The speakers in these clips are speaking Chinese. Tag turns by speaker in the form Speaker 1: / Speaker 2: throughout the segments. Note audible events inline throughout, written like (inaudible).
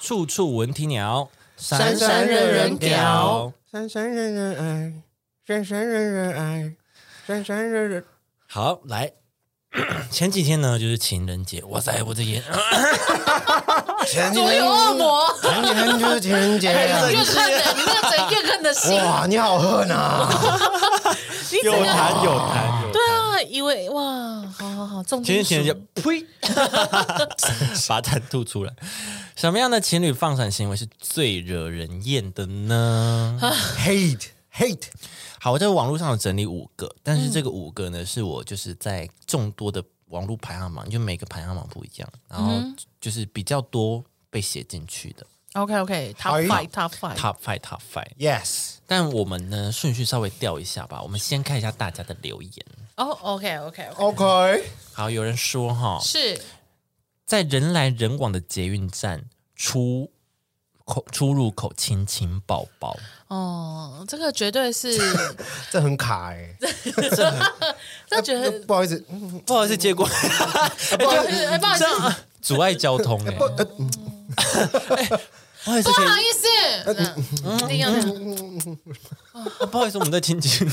Speaker 1: 处处闻啼鸟，
Speaker 2: 闪闪人人屌。
Speaker 3: 闪闪人人爱，闪闪人人爱，闪闪人人。
Speaker 1: 好，来， (clears throat) 前几天呢就是情人节，哇塞，我这眼
Speaker 3: 前几
Speaker 2: 我
Speaker 3: 天
Speaker 2: 有恶魔，
Speaker 3: 前几天就是情人节啊
Speaker 2: 越恨的，你那个整越恨的心，
Speaker 3: 哇，你好恨啊！
Speaker 2: 你整个
Speaker 1: 弹 (laughs) 有弹有。
Speaker 2: 啊对啊，以为哇，好好好，重
Speaker 1: 今
Speaker 2: 金
Speaker 1: 天 (laughs)
Speaker 2: 属
Speaker 1: 情人节，呸！ (laughs) 把痰吐出来。什么样的情侣放闪行为是最惹人厌的呢？
Speaker 3: hate hate，
Speaker 1: 好，我在网络上有整理五个，但是这个五个呢，是我就是在众多的网络排行榜，就每个排行榜不一样，然后就是比较多被写进去的
Speaker 2: OK OK
Speaker 1: 哎
Speaker 2: Top
Speaker 3: 好
Speaker 2: Five Top Five，
Speaker 1: top five top five。
Speaker 3: yes，
Speaker 1: 但我们呢，顺序稍微调一下吧，我们先看一下大家的留言。
Speaker 2: 哦 OK OK OK，
Speaker 3: OK，
Speaker 1: 好，有人说哈，
Speaker 2: 是
Speaker 1: 在人来人往的捷运站出口出入口亲亲抱抱，
Speaker 2: 哦，这个绝
Speaker 1: (laughs)
Speaker 2: 对是，
Speaker 3: 这很卡哎、
Speaker 2: 这绝
Speaker 1: 哎
Speaker 2: 对
Speaker 3: 不好意思，嗯
Speaker 1: 不好意思，结果
Speaker 2: 不好意思，哎不好意思
Speaker 1: 这，样阻碍交通哎、
Speaker 3: 不，呃嗯
Speaker 1: 不好意思，
Speaker 2: 哎不
Speaker 1: 可
Speaker 2: 好
Speaker 1: 以
Speaker 2: 意思，
Speaker 1: 哎
Speaker 2: 嗯一定要这样
Speaker 1: 哦不好意思，我们在亲 (laughs) 亲。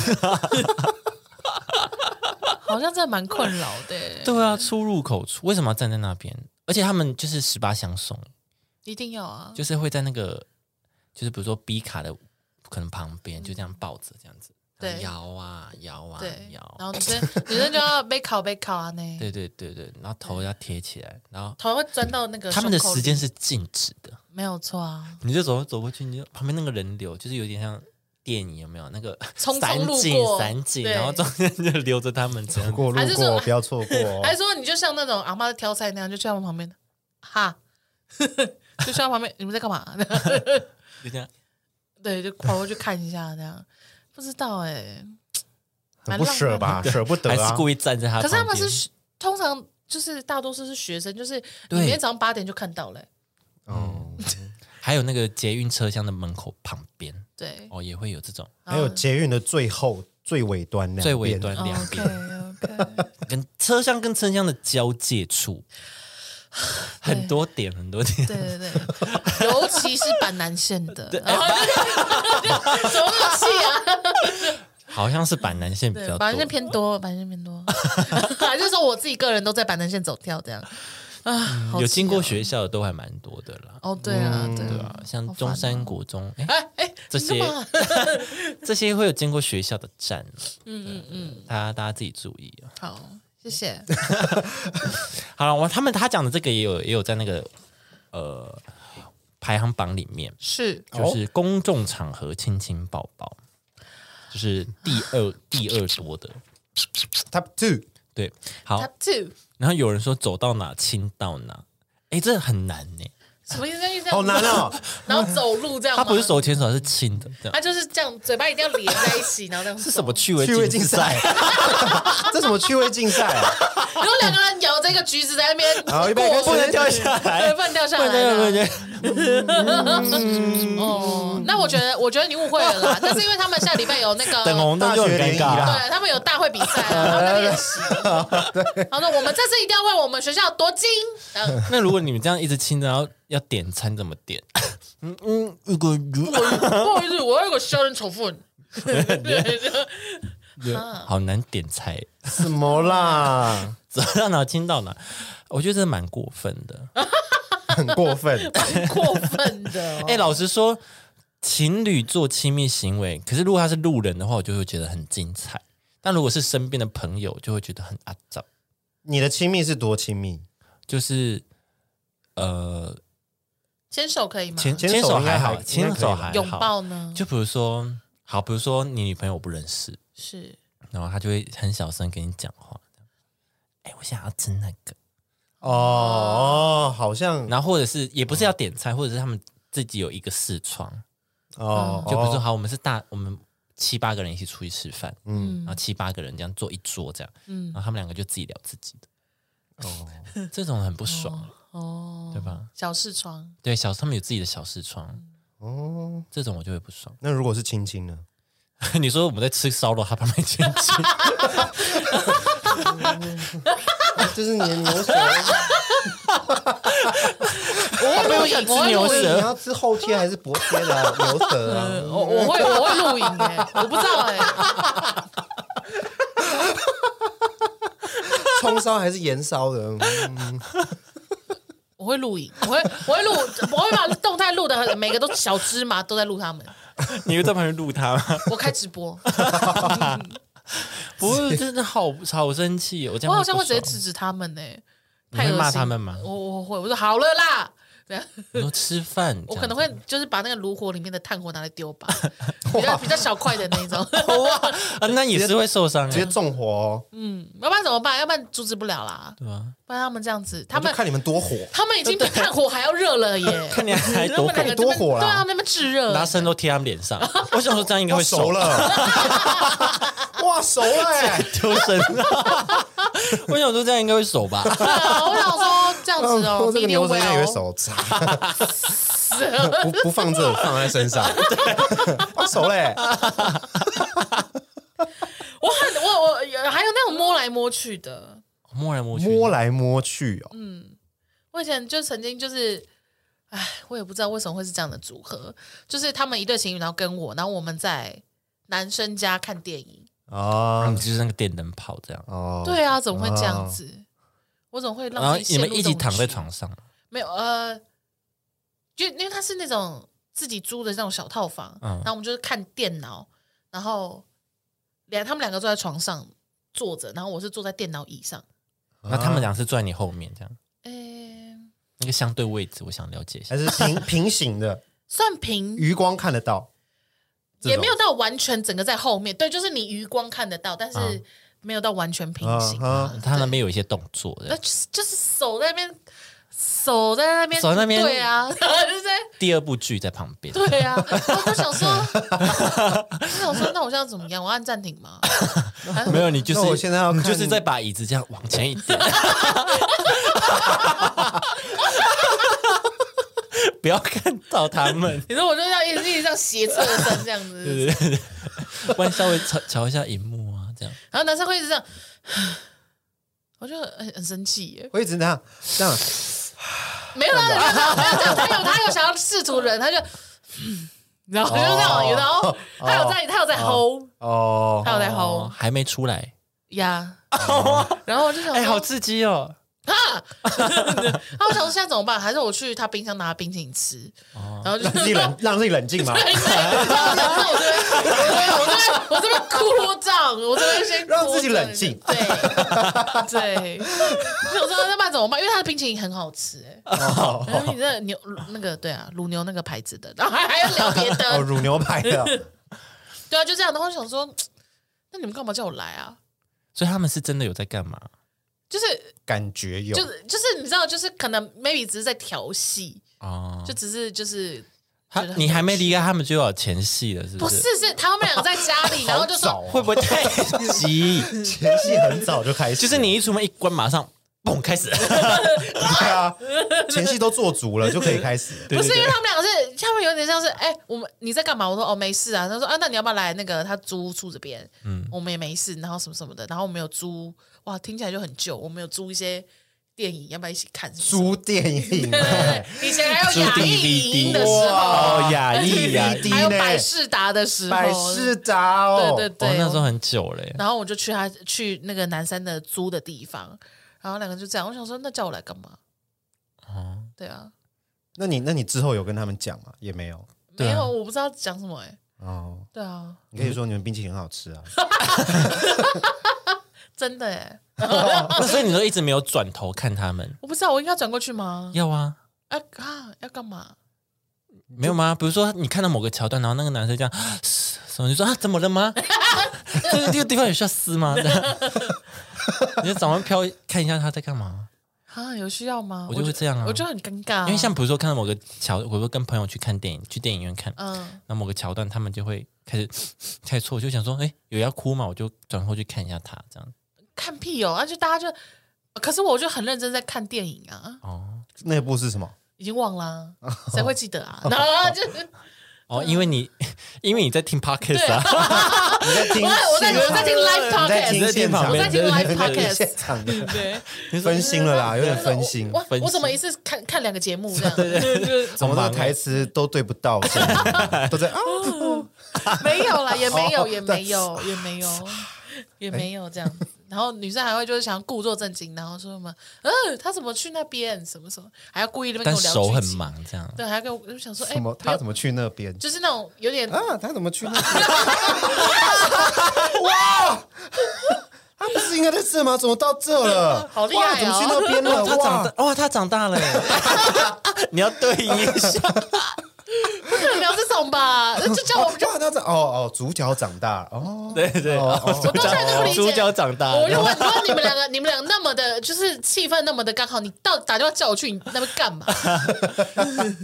Speaker 2: 好像真的蛮困扰的，
Speaker 1: 对啊，出入口处为什么要站在那边？而且他们就是十八相送，
Speaker 2: 一定要啊，
Speaker 1: 就是会在那个，就是比如说 B 卡的可能旁边就这样抱着这样子，
Speaker 2: 对
Speaker 1: 然后摇啊摇啊
Speaker 2: 对，然
Speaker 1: 摇，
Speaker 2: 后女生女生就要被烤被烤啊呢，
Speaker 1: 对对对对，然后头要贴起来，然后
Speaker 2: 头会钻到那个
Speaker 1: 他们的
Speaker 2: 胸口
Speaker 1: 时
Speaker 2: 里
Speaker 1: 间是静止的，
Speaker 2: 没有错啊，
Speaker 1: 你就走走过去，你就旁边那个人流就是有点像。电影有没有那个 (laughs)
Speaker 2: 匆
Speaker 1: 散
Speaker 2: 匆路
Speaker 1: 景
Speaker 2: 过
Speaker 1: 散景，
Speaker 2: 对
Speaker 1: 然后中间就留着他们这样
Speaker 3: 路过
Speaker 2: 还
Speaker 3: 路
Speaker 2: 是说
Speaker 3: 过，不要错过哦
Speaker 2: 还。是说你就像那种阿妈在挑菜那样，就去他们旁边，哈，就去他旁边，你们在干嘛？
Speaker 1: 就这样，
Speaker 2: 对，就跑过去看一下，这样不知道哎、
Speaker 3: 很不舍吧，舍不得
Speaker 1: 还是
Speaker 3: 啊。
Speaker 1: 故意站在他
Speaker 2: 可
Speaker 1: 旁边。
Speaker 2: 是他们是通常就是大多数是学生，就是你
Speaker 1: 对
Speaker 2: 明天早上八点就看到了欸、
Speaker 3: 嗯，
Speaker 1: 还有那个捷运车厢的门口旁边
Speaker 2: 对，
Speaker 1: 哦，也会有这种
Speaker 3: 还有捷运的最后最尾端两边，
Speaker 1: 最尾端两边
Speaker 2: OK OK，
Speaker 1: 跟车厢跟车厢的交界处，很多点很多点。
Speaker 2: 对对对，尤其是板南线的，然后怎么那么气啊？
Speaker 1: 好像是板南线比
Speaker 2: 对
Speaker 1: 较，多
Speaker 2: 板南。线偏多，板南线偏
Speaker 1: (laughs)
Speaker 2: 多， (laughs) 还是说我自己个人都在板南线走跳这样啊？好
Speaker 1: 嗯有
Speaker 2: 气
Speaker 1: 经过
Speaker 2: 哦
Speaker 1: 学校的都还蛮多的啦，
Speaker 2: 哦，对啊，对
Speaker 1: 对
Speaker 2: 啊，
Speaker 1: 啊，像中山国中，哎，
Speaker 2: 哎哎，
Speaker 1: 这
Speaker 2: 你干
Speaker 1: 些
Speaker 2: 嘛
Speaker 1: 这些会有经过学校的站，嗯嗯嗯，大家大家自己注意啊。
Speaker 2: 好，谢
Speaker 1: (laughs)
Speaker 2: 谢。
Speaker 1: 好了，我他们他讲的这个也有也有在那个呃排行榜里面，
Speaker 2: 是
Speaker 1: 就是公众场合亲亲抱抱，就是第 (laughs) 二第二多的，
Speaker 3: Top Two，
Speaker 1: 对，好
Speaker 2: Top，Two，
Speaker 1: 然后有人说走到哪亲到哪，哎，这很难呢、
Speaker 2: 什么意思？这样
Speaker 3: 好难哦。
Speaker 2: 然后走路这样吗，
Speaker 1: 他不是手牵手，他是亲的，这样
Speaker 2: 他就是这样，嘴巴一定要连在一起，然后这
Speaker 1: (laughs)
Speaker 2: 样
Speaker 1: 是
Speaker 2: 是
Speaker 1: 什么？趣味
Speaker 3: 趣味
Speaker 1: 竞
Speaker 3: 竞？赛，这什么趣味竞赛啊？
Speaker 2: 如果两个人咬着一个橘子在那边过，
Speaker 3: 好预备开始
Speaker 1: 不能掉下 (laughs)
Speaker 2: 对，
Speaker 1: 来，
Speaker 2: 不能掉下
Speaker 1: 不
Speaker 2: 来
Speaker 1: 能掉下
Speaker 2: 的。
Speaker 1: 来。
Speaker 2: (laughs)
Speaker 1: 嗯
Speaker 2: 哦，那我觉得，我觉得你误会了啦。那是因为他们下礼拜有那
Speaker 1: (laughs)
Speaker 2: 个
Speaker 1: 等红灯就很尴
Speaker 3: 大学联谊
Speaker 1: 尬
Speaker 3: 啦。
Speaker 2: 对他们有大会比
Speaker 1: (laughs)
Speaker 2: 赛啊，他们在练习。他说：“我们这次一定要为我们学校夺金。
Speaker 1: (laughs)
Speaker 2: 嗯
Speaker 1: 那如果你们这样一直亲着，然后要点餐怎么点？ (laughs) 嗯嗯，如果如”
Speaker 2: 不好意思，我有一个校园仇
Speaker 1: (laughs)
Speaker 2: 恨。
Speaker 1: (coughs)
Speaker 2: (laughs) 啊
Speaker 1: 好难点菜，
Speaker 3: 什么啦？
Speaker 1: 走到哪亲到哪， (laughs) 我觉得真的蛮过分的。
Speaker 3: 很过分。
Speaker 2: 过分的、哦。
Speaker 1: (laughs) 哎，老实说，情侣做亲密行为，可是如果他是路人的话，我就会觉得很精彩。但如果是身边的朋友，就会觉得很阿杂。
Speaker 3: 你的亲密是多亲密？
Speaker 1: 就是呃，
Speaker 2: 牵手可以吗？
Speaker 1: 牵
Speaker 3: 牵
Speaker 1: 牵手
Speaker 3: 手应该
Speaker 1: 还好，
Speaker 3: 还
Speaker 1: 牵手还好，
Speaker 2: 拥抱呢？
Speaker 1: 就比如说，好，比如说你女朋友我不认识，
Speaker 2: 是
Speaker 1: 然后她就会很小声跟你讲话，哎、我想要吃那个，
Speaker 3: 哦，好像
Speaker 1: 然后或者是也不是要点菜，或者是他们自己有一个视窗，
Speaker 3: 哦，
Speaker 1: 就比如说
Speaker 3: 哦
Speaker 1: 好，我们是大我们七八个人一起出去吃饭，
Speaker 3: 嗯
Speaker 1: 然后七八个人这样
Speaker 2: 嗯
Speaker 1: 坐一桌这样，然后他们两个就自己聊自己的，哦，这种很不爽，
Speaker 2: 哦哦，
Speaker 1: 对？吧？
Speaker 2: 小视窗，
Speaker 1: 对，小他们有自己的小视窗，
Speaker 3: 哦，
Speaker 1: 这种我就会不爽。 (laughs)
Speaker 3: 那如果是亲亲呢？
Speaker 1: 你说我们在吃烧肉，他旁边亲亲，
Speaker 3: (laughs) 就是你的牛舌，
Speaker 1: 宝贝，我想吃牛
Speaker 2: 我会
Speaker 3: 你
Speaker 1: 舌。
Speaker 3: 要吃后贴还是薄贴的 (laughs) 啊、牛舌
Speaker 2: 呃
Speaker 3: 啊？
Speaker 2: 我我会我会录影哎、我不知道哎、
Speaker 3: 葱烧还是盐烧的？嗯
Speaker 2: 我会录影，我会我会录，我会把动态录的每个都小芝麻都在录他们，
Speaker 1: 你会在旁边录
Speaker 3: (laughs)
Speaker 1: 他吗？
Speaker 2: 我开直播，
Speaker 1: 不是，真的好好生气 (laughs) 哦！我这
Speaker 2: 我
Speaker 1: 样
Speaker 2: 好像
Speaker 1: 不
Speaker 2: 会直接
Speaker 1: 爽
Speaker 2: 制止他们呢、欸，
Speaker 1: 你
Speaker 2: 太恶
Speaker 1: 会
Speaker 2: 心
Speaker 1: 骂他们吗
Speaker 2: 我我会我说好了啦，这样
Speaker 1: 你说吃饭，这
Speaker 2: 我
Speaker 1: 样
Speaker 2: 可能会就是把那个炉火里面的炭火拿来
Speaker 3: (laughs)
Speaker 2: 丢吧，比较比较小块的那一种，
Speaker 1: 啊，那也是会受
Speaker 3: (laughs)
Speaker 1: 伤
Speaker 3: 直
Speaker 1: 欸，
Speaker 3: 接纵火哦，
Speaker 2: 嗯，要不然怎么办？要不然阻止不了啦，
Speaker 1: 对吧？
Speaker 2: 不然他们这样子，他
Speaker 3: 啊我就
Speaker 2: 们
Speaker 3: 看你们多火，
Speaker 2: 他们已经比炭火还要热了耶，
Speaker 1: (laughs)
Speaker 3: (laughs)
Speaker 1: 看你还
Speaker 2: 他
Speaker 1: 多火
Speaker 2: 们两个这边
Speaker 3: 多火啦
Speaker 2: 对啊，他们那边炙热，
Speaker 1: 拿绳都贴他们脸
Speaker 2: (laughs)
Speaker 1: 上。我想说这样应该
Speaker 3: 哇
Speaker 1: 会
Speaker 3: 熟
Speaker 1: 熟，
Speaker 3: 了， (laughs) 哇熟了哎！
Speaker 1: 丢绳。 (laughs) 我想说这样应该会熟吧？
Speaker 2: 对啊，我想说这样
Speaker 3: (laughs)
Speaker 2: 子哦，
Speaker 3: 哦这个
Speaker 2: medium
Speaker 3: 牛舌应该也
Speaker 2: well
Speaker 3: 会熟，不不放这，放在身上，哇熟欸嘞！
Speaker 2: 我很我我有还有那种摸来摸去的，
Speaker 1: 摸来摸去，
Speaker 3: 摸来摸去哦，
Speaker 2: 我以前就曾经就是，唉，我也不知道为什么会是这样的组合，就是他们一对情侣，然后跟我，然后我们在男生家看电影。
Speaker 1: 然
Speaker 3: 哦
Speaker 1: 后嗯就是那个电灯泡这样。
Speaker 3: 哦，
Speaker 2: 对啊，怎么会这样子？我怎么会
Speaker 1: 然
Speaker 2: 让
Speaker 1: 后
Speaker 2: 自
Speaker 1: 啊
Speaker 2: 己
Speaker 1: 你们一
Speaker 2: 陷入这
Speaker 1: 起
Speaker 2: 种
Speaker 1: 躺在
Speaker 2: 局
Speaker 1: 床上，
Speaker 2: 没有呃，就因为他是那种自己租的那种小套房，
Speaker 1: 嗯
Speaker 2: 然后我们就是看电脑，然后两他们两个坐在床上坐着，然后我是坐在电脑椅上，
Speaker 1: 那他们俩是坐在你后面这样，
Speaker 2: 诶，
Speaker 1: 那个相对位置，我想了解一下
Speaker 3: 还。是平平行的，
Speaker 2: 算平
Speaker 3: 余光看得到，这
Speaker 2: 也
Speaker 3: 种
Speaker 2: 没有到完全整个在后面，对，就是你余光看得到，但
Speaker 1: 啊
Speaker 2: 是没有到完全平行。
Speaker 3: 啊
Speaker 1: 他那边有一些动作
Speaker 2: 那
Speaker 1: 的。
Speaker 2: 就是就是手在那边，手在那边，
Speaker 1: 手在那边
Speaker 2: 对啊， (laughs) 然后就在
Speaker 1: 第二部剧在旁
Speaker 2: (laughs)
Speaker 1: 边，
Speaker 2: 对啊，我就想说，我想说，那我现在怎么样？我按暂停吗？
Speaker 1: 没有你就
Speaker 3: 那
Speaker 1: 是
Speaker 3: 我现在要
Speaker 1: 你
Speaker 3: 看
Speaker 1: 就是在把椅子这样往前一点， (laughs) 不要看到他们，
Speaker 2: 你说我就要一直一直这样斜侧身这样
Speaker 1: (laughs)
Speaker 2: 子，
Speaker 1: 对对对对，不然稍微瞧瞧一下荧幕啊，这样
Speaker 2: 然后男生会一直这样， (sighs) 我就很很生气耶。
Speaker 3: 我一直这样这样，
Speaker 2: 没有啦，没有啦没有这样，他有他有想要试图忍，他就， (sighs) 然后就这样，然后他有在他有在吼，
Speaker 3: 哦，哦
Speaker 2: 他有在
Speaker 1: 哦，
Speaker 2: 吼
Speaker 1: 还没出来，
Speaker 2: 呀，然后我就想
Speaker 1: 哎，好
Speaker 2: 说，
Speaker 1: 刺激哦，
Speaker 2: 啊，我想说现在怎么办？还是我去他冰箱拿冰淇淋吃？然后就 (laughs)
Speaker 3: 让自己冷，让自己冷静嘛，
Speaker 2: 对，我这边，我这边哭胀，我这边先
Speaker 3: 让自己冷静
Speaker 2: 对对，我说那办怎么办？因为它的冰淇淋很好吃哎，
Speaker 3: 哦
Speaker 2: 然后你这牛那个对啊，乳牛那个牌子的，然后还还有两别
Speaker 3: 哦，
Speaker 2: 的，
Speaker 3: 乳牛排的，
Speaker 2: 对啊，就这样。然后我想说，那你们干嘛叫我来啊？
Speaker 1: 所以他们是真的有在干嘛？
Speaker 2: 就是
Speaker 3: 感觉有
Speaker 2: 就，是就是你知道，就是可能 maybe 只是在调戏，
Speaker 1: 哦
Speaker 2: 就，只是就是
Speaker 1: 他
Speaker 2: 觉得很
Speaker 1: 你还没离开，他们就要前戏了，是
Speaker 2: 不
Speaker 1: 是？
Speaker 2: 是是他们两个在家
Speaker 4: (laughs)
Speaker 2: 里，然后就说
Speaker 3: 早啊
Speaker 1: 会不会太急？
Speaker 3: 前戏很早就开始，
Speaker 1: (laughs) 就是你一出门一关，马
Speaker 2: (laughs)
Speaker 1: 上嘣开始，
Speaker 3: 对啊，前戏都做足了就可以开始，
Speaker 1: (laughs) 对
Speaker 2: 不是
Speaker 1: 对
Speaker 2: 因
Speaker 1: 对
Speaker 2: 为他们两个是，他们有点像是，哎、我们你在干嘛？我说哦，没事啊。他说啊，那你要不要来那个他租处这边？嗯，我们也没事，然后什么什么的，然后我们有租，哇，听起来就很旧。我们有租一些电影，要不要一起看什
Speaker 3: 租
Speaker 2: 么
Speaker 3: 电影
Speaker 2: 什么？ (laughs) 对对对，以前还有
Speaker 1: 租
Speaker 2: 雅艺
Speaker 1: DVD
Speaker 2: 影的时候，
Speaker 1: 哦，雅艺雅
Speaker 3: 滴
Speaker 2: 还有
Speaker 3: 啊呢
Speaker 2: 百事达的时候，
Speaker 3: 百事达哦，
Speaker 2: 对对
Speaker 1: 哦
Speaker 2: 对，，
Speaker 1: 那时候很久了耶，
Speaker 2: 然后我就去他去那个南山的租的地方，然后两个就这样，我想说那叫我来干嘛？
Speaker 1: 哦，
Speaker 2: 对啊，
Speaker 3: 那你那你之后有跟他们讲吗？也没有
Speaker 1: 对啊
Speaker 2: 没有，我不知道讲什么哎、
Speaker 3: 哦，
Speaker 2: 对啊，
Speaker 3: 你可以说你们冰淇淋很好吃啊，
Speaker 2: 真的哎、
Speaker 1: 那所以你都一直没有转头看他们。
Speaker 2: 我不知道，我应该转过去吗？
Speaker 1: 要啊，
Speaker 2: 啊啊，要干嘛？
Speaker 1: 没有吗？比如说你看到某个桥段，然后那个男生这样， (gasps) 什么你说啊，怎么了吗？ (laughs) 这个这个地方有需要撕吗？这样 (laughs) 你就早上飘看一下他在干嘛，
Speaker 2: 啊，有需要吗？
Speaker 1: 我就会这样啊
Speaker 2: 我就很尴尬啊、
Speaker 1: 因为像比如说看到某个桥，我会跟朋友去看电影，去电影院看，
Speaker 2: 嗯，
Speaker 1: 那某个桥段他们就会开始开始错，我就想说，哎，有要哭嘛？我就转过去看一下他这样。
Speaker 2: 看屁哦，那、就大家就，可是我就很认真在看电影啊，
Speaker 1: 哦，
Speaker 4: 那部是什么？
Speaker 2: 已经忘了
Speaker 1: (laughs)
Speaker 2: 啊，谁会记得啊？然后就
Speaker 1: 哦，因为你
Speaker 2: 嗯
Speaker 1: (laughs) 因为你在听 podcast 啊，
Speaker 4: 你在听？
Speaker 2: 我在我在我在听 live
Speaker 4: 你在
Speaker 2: podcast，
Speaker 4: 听现场
Speaker 1: 我在听
Speaker 2: live
Speaker 4: 对对对
Speaker 2: podcast
Speaker 4: 现场的，
Speaker 2: 对，
Speaker 4: 分心了啦，有点分心，
Speaker 2: 我
Speaker 1: 分
Speaker 2: 我
Speaker 1: 析
Speaker 2: 怎么一次看看两个节目这
Speaker 1: (laughs)
Speaker 2: 样？ (laughs) 对对，
Speaker 4: 怎么
Speaker 1: 忙哦
Speaker 4: 的台词都对不到，现在 (laughs) 都在啊，
Speaker 2: (laughs) 没有啦，也没有，也没有，也没有，
Speaker 4: 啊哎
Speaker 2: 也没有这样子。然后女生还会就是想故作正经，然后说什么，嗯、他怎么去那边，什么什么，还要故意那边跟
Speaker 1: 但
Speaker 2: 我聊
Speaker 1: 手
Speaker 2: 剧
Speaker 1: 很
Speaker 2: 情，
Speaker 1: 忙这样。
Speaker 2: 对，还要跟我我就想说，哎、
Speaker 4: 什么
Speaker 2: 不要
Speaker 4: 他怎么去那边？
Speaker 2: 就是那种有
Speaker 4: (laughs)
Speaker 2: 点
Speaker 4: 啊，他怎么去那边？哇！他不是应该在这吗？怎么到这了？
Speaker 2: 好厉害哦
Speaker 4: 哇怎么去那边了？
Speaker 1: 他长
Speaker 4: 哇！
Speaker 1: 大哦哇，他长大了
Speaker 2: (laughs)
Speaker 1: 耶，你要对应一下。
Speaker 2: 不可能聊这种吧， (laughs) 那就叫我
Speaker 4: 哦
Speaker 1: (laughs)
Speaker 2: 们就。
Speaker 4: 哇，他长哦哦，主角长大哦，
Speaker 1: 对对，
Speaker 4: 哦哦
Speaker 1: 主
Speaker 2: 我到现在都
Speaker 1: 角
Speaker 2: 不理解
Speaker 1: 主角长大了，
Speaker 2: 我就问，问你们两个，你们两个那么的，就是气氛那么的刚好，你到底打电话叫我去你那边干嘛？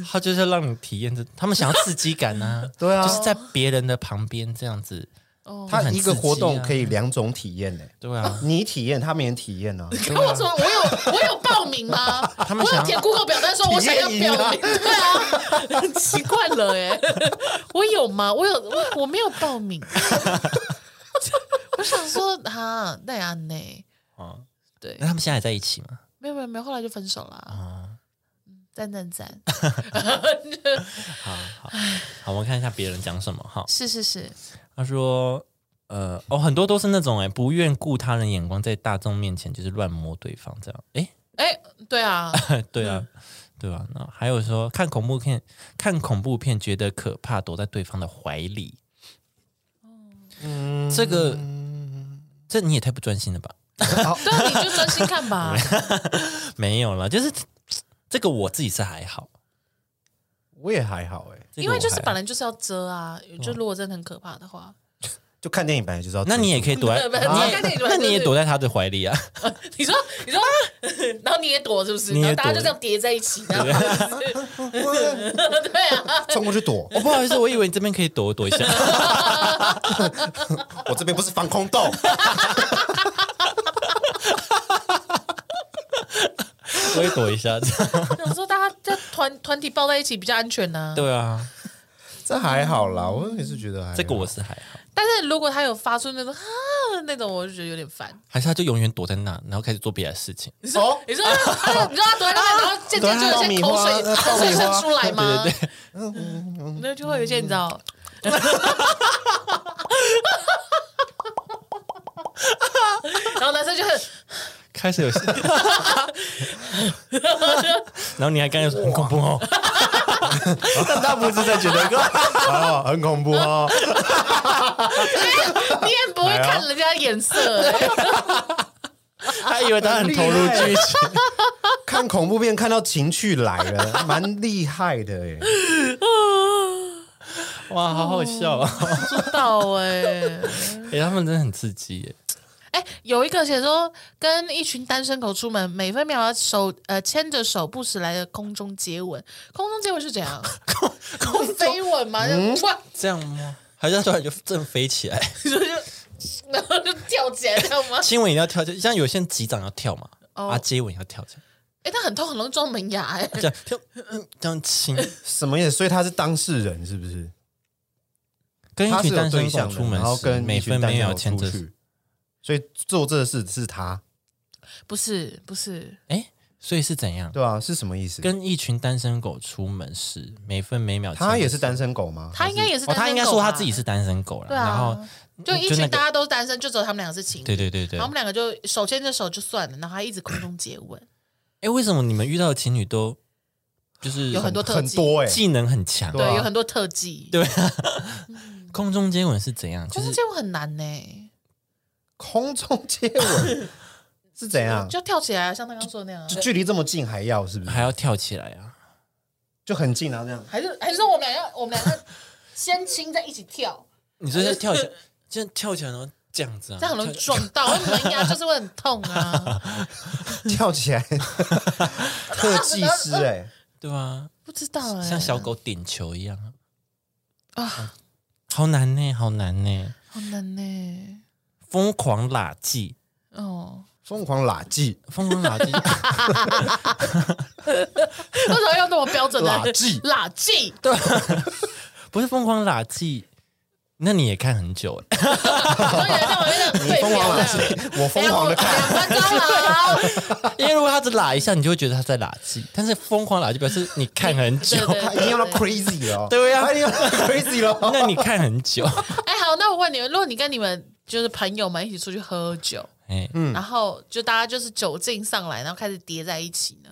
Speaker 1: 他就是要让你体验这，他们想要刺激感
Speaker 2: (laughs)
Speaker 1: 啊，
Speaker 4: 对啊
Speaker 1: 就是在别人的旁边这样子，
Speaker 2: 哦，
Speaker 4: 他一个活动可以两种体验呢，
Speaker 1: 对啊，
Speaker 4: 你体验，他们也体验啊。
Speaker 2: 跟我说，我有我有报
Speaker 1: (laughs)
Speaker 2: 名吗？
Speaker 1: 们
Speaker 2: 我有
Speaker 1: 想
Speaker 2: 填 Google 表单说我想要
Speaker 4: 体验营
Speaker 2: 表
Speaker 1: (laughs)
Speaker 4: 啊
Speaker 2: 明，对啊，很奇怪了哎、我有吗？我有我我没有报名， (laughs) 我想说哈那样呢？
Speaker 1: 哦
Speaker 2: 对
Speaker 1: 那，他们现在还在一起吗？
Speaker 2: 没有没有没有，后来就分手了啊。赞赞赞，
Speaker 1: 好，我们看一下别人讲什么哈。
Speaker 2: 是是是，
Speaker 1: 他说，呃，哦，很多都是那种哎、不愿顾他人眼光，在大众面前就是乱摸对方这样。哎、
Speaker 2: 哎，对啊，
Speaker 1: (laughs) 对啊，对吧、那还有说看恐怖片，看恐怖片觉得可怕，躲在对方的怀里。
Speaker 4: 嗯，
Speaker 1: 这个，这你也太不专心了吧？
Speaker 4: (laughs) 哦
Speaker 2: 对啊，你就专心看吧。
Speaker 1: 没有了，就是这个我自己是还好，
Speaker 4: 我也还好哎，
Speaker 1: 这个
Speaker 2: 因为就
Speaker 1: 我
Speaker 2: 是
Speaker 1: 还哦
Speaker 2: 本来就是要遮啊，就如果真的很可怕的话，
Speaker 4: 就看电影本来就知道。
Speaker 1: 那你也可以躲在， (laughs)
Speaker 2: 对不是
Speaker 1: 你
Speaker 2: 看电
Speaker 1: 也
Speaker 2: 影
Speaker 1: 那你也
Speaker 2: 对
Speaker 1: 躲在他的怀里 (laughs) 啊？
Speaker 2: (laughs) 你说你说，然后你也躲是不是？
Speaker 1: 你
Speaker 2: 然
Speaker 1: 也躲
Speaker 2: 后
Speaker 1: 啊
Speaker 2: 大家就这样叠在
Speaker 1: (laughs)
Speaker 2: 一起，然后 (laughs) 对啊，
Speaker 4: (laughs) 冲过去躲，
Speaker 1: 哦我、不好意思，我以为你这边可以躲，我躲一下。 (laughs)
Speaker 4: 我这边不是防空洞，
Speaker 1: 我也躲一下，这样
Speaker 2: 想说大家在团团体抱在一起比较安全呐。
Speaker 1: (laughs) 对啊，
Speaker 4: 这还好啦，我也是觉得还
Speaker 1: (laughs)
Speaker 4: 好
Speaker 1: 这个我是还好，
Speaker 2: 但是如果他有发出那种啊那种，我就觉得有点烦。
Speaker 1: 还是他就永远躲在那，然后开始做别的事情。
Speaker 4: 哦
Speaker 2: 你说
Speaker 1: (laughs)
Speaker 2: 你说啊你说他躲在那边，然后渐渐就有一些口水
Speaker 4: 对啊爆
Speaker 2: 口
Speaker 4: 米花爆米
Speaker 2: 水渗
Speaker 4: 花
Speaker 2: 出来
Speaker 1: (laughs)
Speaker 2: 吗？
Speaker 1: 对对
Speaker 2: 那就会有一些你知道。 (laughs) 然后男生就很
Speaker 1: 开始有 (laughs) 事，然后你还刚才说很恐怖 (laughs) 哦，
Speaker 4: 但他不是在觉得啊很恐怖 (laughs) 哦，
Speaker 2: 哎你也不会看人家眼色、
Speaker 1: 哎
Speaker 2: 欸，
Speaker 1: 他以为他很投入剧情。
Speaker 4: 看恐怖片看到情绪来了，蛮厉害的哎。
Speaker 1: 哇，好好笑哦！
Speaker 2: 不知道哎、
Speaker 1: 哎，他们真的很刺激耶。
Speaker 2: 哎、有一个写说，跟一群单身狗出门，每分秒要手呃牵着手，不时来的空中接吻。空中接吻是
Speaker 1: (laughs)
Speaker 2: 怎样？空空飞吻吗？就 (laughs) 哇，
Speaker 1: 这样吗？还是他突然就正飞起来？
Speaker 2: 你说就然后就跳起来，这样
Speaker 1: (laughs)
Speaker 2: 吗？
Speaker 1: 亲吻也要跳，就像有些人击掌要跳嘛，
Speaker 2: 哦
Speaker 1: 啊，接吻也要跳，这样
Speaker 2: 哎、它很痛，很容易撞门牙、哎，
Speaker 1: 这样跳，嗯这样 (laughs) 亲。
Speaker 4: 什么意思？所以他是当事人是不是？
Speaker 1: 跟一
Speaker 4: 他是
Speaker 1: 群
Speaker 4: 有
Speaker 1: 单
Speaker 4: 对
Speaker 1: 身狗
Speaker 4: 象
Speaker 1: 出
Speaker 4: 的，
Speaker 1: 门
Speaker 4: 然后
Speaker 1: 时
Speaker 4: 跟
Speaker 1: 每
Speaker 4: 一群
Speaker 1: 分
Speaker 4: 单
Speaker 1: 每
Speaker 4: 身
Speaker 1: 秒
Speaker 4: 狗
Speaker 1: 牵
Speaker 4: 出
Speaker 1: 着，
Speaker 4: 去，所以做这事是他，
Speaker 2: 不是不是，
Speaker 1: 哎，所以是怎样？
Speaker 4: 对啊，是什么意思？
Speaker 1: 跟一群单身狗出门时，每分每秒牵
Speaker 4: 他
Speaker 1: 着
Speaker 4: 也是单身狗吗？
Speaker 2: 他应该也是
Speaker 1: 哦，
Speaker 2: 单身、
Speaker 1: 他应该说他自己，是单身狗了，
Speaker 2: 对啊
Speaker 1: 然后
Speaker 2: 就一
Speaker 1: 那
Speaker 2: 群
Speaker 1: 个
Speaker 2: 大家都是单身，就只有他们两个是情侣。
Speaker 1: 对对对对
Speaker 2: 然后。我们两个就手牵着手就算了，然后还一直空中接吻，
Speaker 1: 哎，为什么你们遇到的情侣都就是
Speaker 2: 有很多特
Speaker 4: 很
Speaker 2: 技，
Speaker 4: 多哎，
Speaker 1: 技能很强？
Speaker 4: 对啊
Speaker 2: 对，有很多特技。
Speaker 1: 对空中接吻是怎样？就
Speaker 2: 空中
Speaker 1: 是
Speaker 2: 接吻很难呢、
Speaker 4: 空中接
Speaker 1: (laughs)
Speaker 4: 吻是怎样？
Speaker 2: 就跳起来啊，像他刚说的那样啊。
Speaker 4: 就距离这么近还要是不
Speaker 1: 还
Speaker 4: 是？
Speaker 1: 要跳起来啊！
Speaker 4: 就很近啊，这样 (laughs)
Speaker 2: 还是还是说我们两个，我们两 (laughs) 个先亲再一起跳，
Speaker 1: 你这是跳起来，这样跳起来然后这样子啊，
Speaker 2: 这样很容易
Speaker 1: 跳
Speaker 2: 撞 (laughs) 到，因为门牙就是会很痛 (laughs) 啊。
Speaker 4: 跳起来，特技师哎，
Speaker 1: 对吧？
Speaker 2: 不知道哎、
Speaker 1: 像小狗点球一样啊！好难呢，好难呢！
Speaker 2: 好难呢、
Speaker 1: 疯狂拉技，
Speaker 2: 欸哦，
Speaker 4: 疯狂垃圾，
Speaker 1: 疯狂
Speaker 2: (laughs)
Speaker 1: 垃圾，
Speaker 2: 为什么要那么标准的
Speaker 4: 垃圾
Speaker 2: 垃圾？
Speaker 1: 不是疯狂垃圾，那你也看很久
Speaker 2: (laughs)
Speaker 1: 哎、
Speaker 2: 然后有人在我那个
Speaker 4: 你
Speaker 2: 对
Speaker 4: 疯
Speaker 2: 标
Speaker 4: 狂垃
Speaker 2: 的，
Speaker 4: 圾，我疯狂的看，
Speaker 2: 哎两分钟好， (laughs)
Speaker 1: 因为如果他只拉一下，你就会觉得他在垃圾，但是疯狂垃圾表示你看很久，
Speaker 2: 对对
Speaker 4: 他已经用到 crazy 哎了，
Speaker 1: 对呀
Speaker 4: 他已经用到 crazy 了，
Speaker 1: (laughs) 那你看很久，
Speaker 2: 哎，好，那我问你们，如果你跟你们就是朋友们一起出去喝酒，
Speaker 1: 哎、
Speaker 2: 然后就大家就是酒劲上来，然后开始叠在一起呢，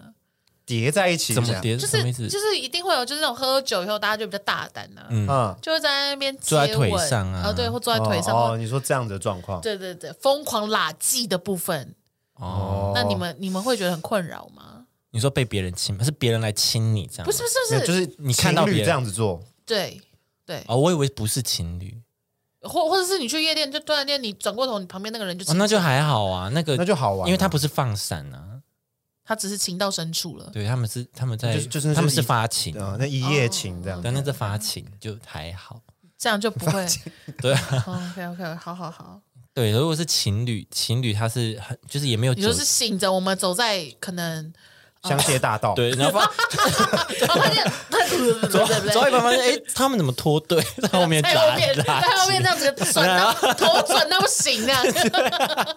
Speaker 4: 叠在一起
Speaker 1: 怎
Speaker 4: 这
Speaker 1: 么
Speaker 4: 样，
Speaker 1: 叠？
Speaker 2: 就
Speaker 1: 什么
Speaker 2: 是
Speaker 1: 意思？
Speaker 2: 就是一定会有，就是那种喝酒以后大家就比较大胆啊呢，
Speaker 1: 嗯
Speaker 4: 嗯，
Speaker 2: 就会在那边接
Speaker 1: 坐在
Speaker 2: 吻
Speaker 1: 腿上啊
Speaker 2: 哦对，或坐在腿上，
Speaker 4: 哦，
Speaker 2: 或
Speaker 4: 哦你说这样的状况，
Speaker 2: 对对对，疯狂拉技的部分，
Speaker 1: 哦，
Speaker 2: 那你们你们会觉得很困扰吗？
Speaker 1: 你说被别人亲吗？是别人来亲你这样？
Speaker 2: 不是，不
Speaker 4: 没
Speaker 2: 是
Speaker 4: 有
Speaker 2: 不，
Speaker 4: 就是是
Speaker 1: 你看到别
Speaker 4: 情侣
Speaker 1: 人
Speaker 4: 这样子做，
Speaker 2: 对对，
Speaker 1: 哦，我以为不是情侣，
Speaker 2: 或或者是你去夜店，就突然间你转过头，你旁边那个人就
Speaker 1: 哦，那就还好啊，那个
Speaker 4: 那就好玩啊，
Speaker 1: 因为他不是放闪啊，
Speaker 2: 他只是情到深处了。
Speaker 1: 对他们是他们在
Speaker 4: 就是就是那是
Speaker 1: 他们是
Speaker 4: 一
Speaker 1: 发情，
Speaker 4: 啊，那一夜情这样
Speaker 1: 对，，那是发情就还好。
Speaker 2: 这样就不会。
Speaker 1: 对啊
Speaker 2: OK OK，好好好。
Speaker 1: 对，如果是情侣，情侣他是很就是也没有
Speaker 2: 你
Speaker 1: 酒
Speaker 2: 就是醒着，我们走在可能，
Speaker 4: 香榭大道，
Speaker 2: (laughs)
Speaker 1: 对，然后发
Speaker 2: 然后发现他
Speaker 1: 走
Speaker 2: 对不
Speaker 1: 走到一
Speaker 2: 对？
Speaker 1: 半发现，哎，他们怎么脱队
Speaker 2: (laughs)
Speaker 1: 在后面
Speaker 2: 在
Speaker 1: 砸
Speaker 2: 后面，
Speaker 1: 垃
Speaker 2: 在后面这
Speaker 1: 圾？
Speaker 2: 样子转到头转到不行那样，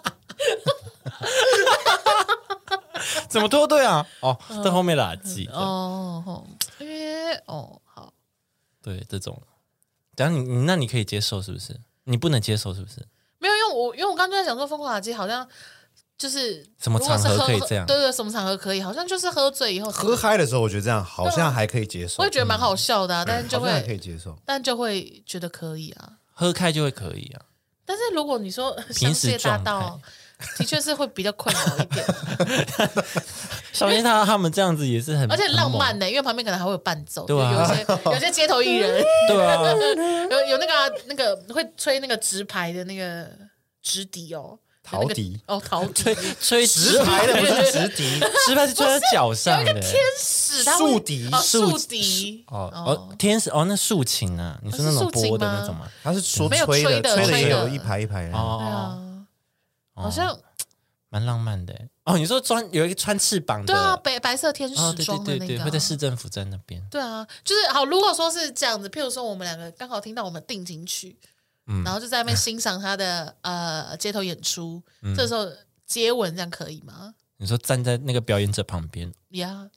Speaker 1: 怎么脱队啊？哦，在后面垃圾。
Speaker 2: 嗯哦，哦因为哦好，
Speaker 1: 对，这种，然后你你那你可以接受是不是？你不能接受是不是？
Speaker 2: 没有，因为我因为我刚刚在想说疯狂打击好像就是
Speaker 1: 什么
Speaker 2: 如果是
Speaker 1: 场合
Speaker 2: 喝
Speaker 1: 可以这样
Speaker 2: 对对，什么场合可以，好像就是喝醉以后，
Speaker 4: 喝嗨的时候，我觉得这样好像还可以接受，
Speaker 2: 我也觉得蛮好笑的啊，但是就
Speaker 4: 好像还可以
Speaker 2: 会
Speaker 4: 接受，
Speaker 2: 但就会觉得可以啊，
Speaker 1: 喝开就会可以啊。
Speaker 2: 但是如果你说
Speaker 1: 平
Speaker 2: 香
Speaker 1: 时
Speaker 2: 榭大
Speaker 1: 状
Speaker 2: 道，的确是会比较困扰一
Speaker 1: (laughs)
Speaker 2: 点，
Speaker 1: 小心他他们这样子也是很，
Speaker 2: 而且浪
Speaker 1: 很
Speaker 2: 漫
Speaker 1: 猛
Speaker 2: 呢、因为旁边可能还会有伴奏，
Speaker 1: 对啊
Speaker 2: 有一
Speaker 1: (laughs)
Speaker 2: 些有些街头艺人，
Speaker 1: 对啊，
Speaker 2: 有有那个啊、那个会吹那个直排的那个直笛哦，
Speaker 4: 陶笛
Speaker 2: 那个哦，陶笛，
Speaker 1: 吹吹
Speaker 4: 直排的不是直笛，
Speaker 1: 直排是吹在脚上的
Speaker 2: 是它会
Speaker 4: 竖笛
Speaker 2: 哦，
Speaker 1: 竖
Speaker 2: 竖笛
Speaker 1: 哦哦，天使哦，那竖琴啊，你说那种
Speaker 2: 是竖琴
Speaker 1: 拨的
Speaker 2: 吗
Speaker 1: 那种吗？
Speaker 4: 他是说
Speaker 2: 没有
Speaker 4: 吹
Speaker 2: 吹的
Speaker 4: 吹
Speaker 2: 吹
Speaker 4: 也
Speaker 2: 的
Speaker 4: 有一排一排的，
Speaker 2: 对
Speaker 1: 哦，
Speaker 2: 啊，好像
Speaker 1: 蛮浪漫的欸哦。你说穿有一个穿翅膀的，
Speaker 2: 对啊，白白色天
Speaker 1: 哦
Speaker 2: 使
Speaker 1: 对
Speaker 2: 装的
Speaker 1: 对对
Speaker 2: 那个
Speaker 1: 对，
Speaker 2: 啊、
Speaker 1: 会在市政府站那边，
Speaker 2: 对啊，就是好。如果说是这样子，譬如说我们两个刚好听到我们定情曲，
Speaker 1: 嗯
Speaker 2: 然后就在那边欣赏他的呃街头演出，
Speaker 1: 嗯
Speaker 2: 这时候接吻这样可以吗？
Speaker 1: 你说站在那个表演者旁边， (laughs)
Speaker 2: 呀、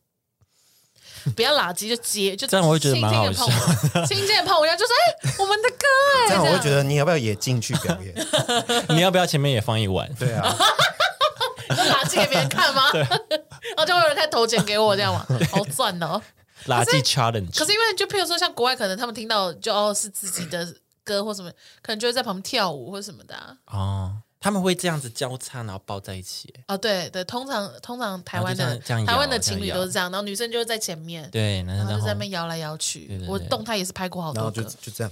Speaker 2: 不要垃圾就接，就
Speaker 1: 这样我会觉得蛮好笑
Speaker 2: 轻轻地碰我，轻轻地碰我一下，就是哎、我们的歌哎、
Speaker 4: 这样我会
Speaker 2: 这样
Speaker 4: 觉得你要不要也进去表演？
Speaker 1: 你要不要前面也放一碗？
Speaker 4: (laughs) 对啊，
Speaker 2: 你说垃圾给别人
Speaker 1: (laughs)
Speaker 2: 看吗？然后就会有人开头剪给我这样嘛，好赚哦。
Speaker 1: 垃圾 challenge，
Speaker 2: 可是因为就譬如说像国外，可能他们听到就哦是自己的歌或什么，可能就会在旁边跳舞或什么的啊。
Speaker 1: 哦，他们会这样子交叉，然后抱在一起欸，
Speaker 2: 哦，对对，通常通常台湾
Speaker 1: 然啊
Speaker 2: 的
Speaker 1: 后就这样这样摇
Speaker 2: 台湾的
Speaker 1: 这样
Speaker 2: 情侣
Speaker 1: 摇
Speaker 2: 都是这样，然后女生就会在前面，
Speaker 1: 对，男生
Speaker 2: 然后
Speaker 1: 在
Speaker 2: 就
Speaker 1: 后
Speaker 2: 在那
Speaker 1: 面
Speaker 2: 边摇来摇去。
Speaker 1: 对对
Speaker 2: 我
Speaker 1: 对
Speaker 2: 动态也是拍过好
Speaker 4: (laughs) 然
Speaker 2: 多
Speaker 4: 后
Speaker 2: 个
Speaker 4: (laughs) 就，就这样。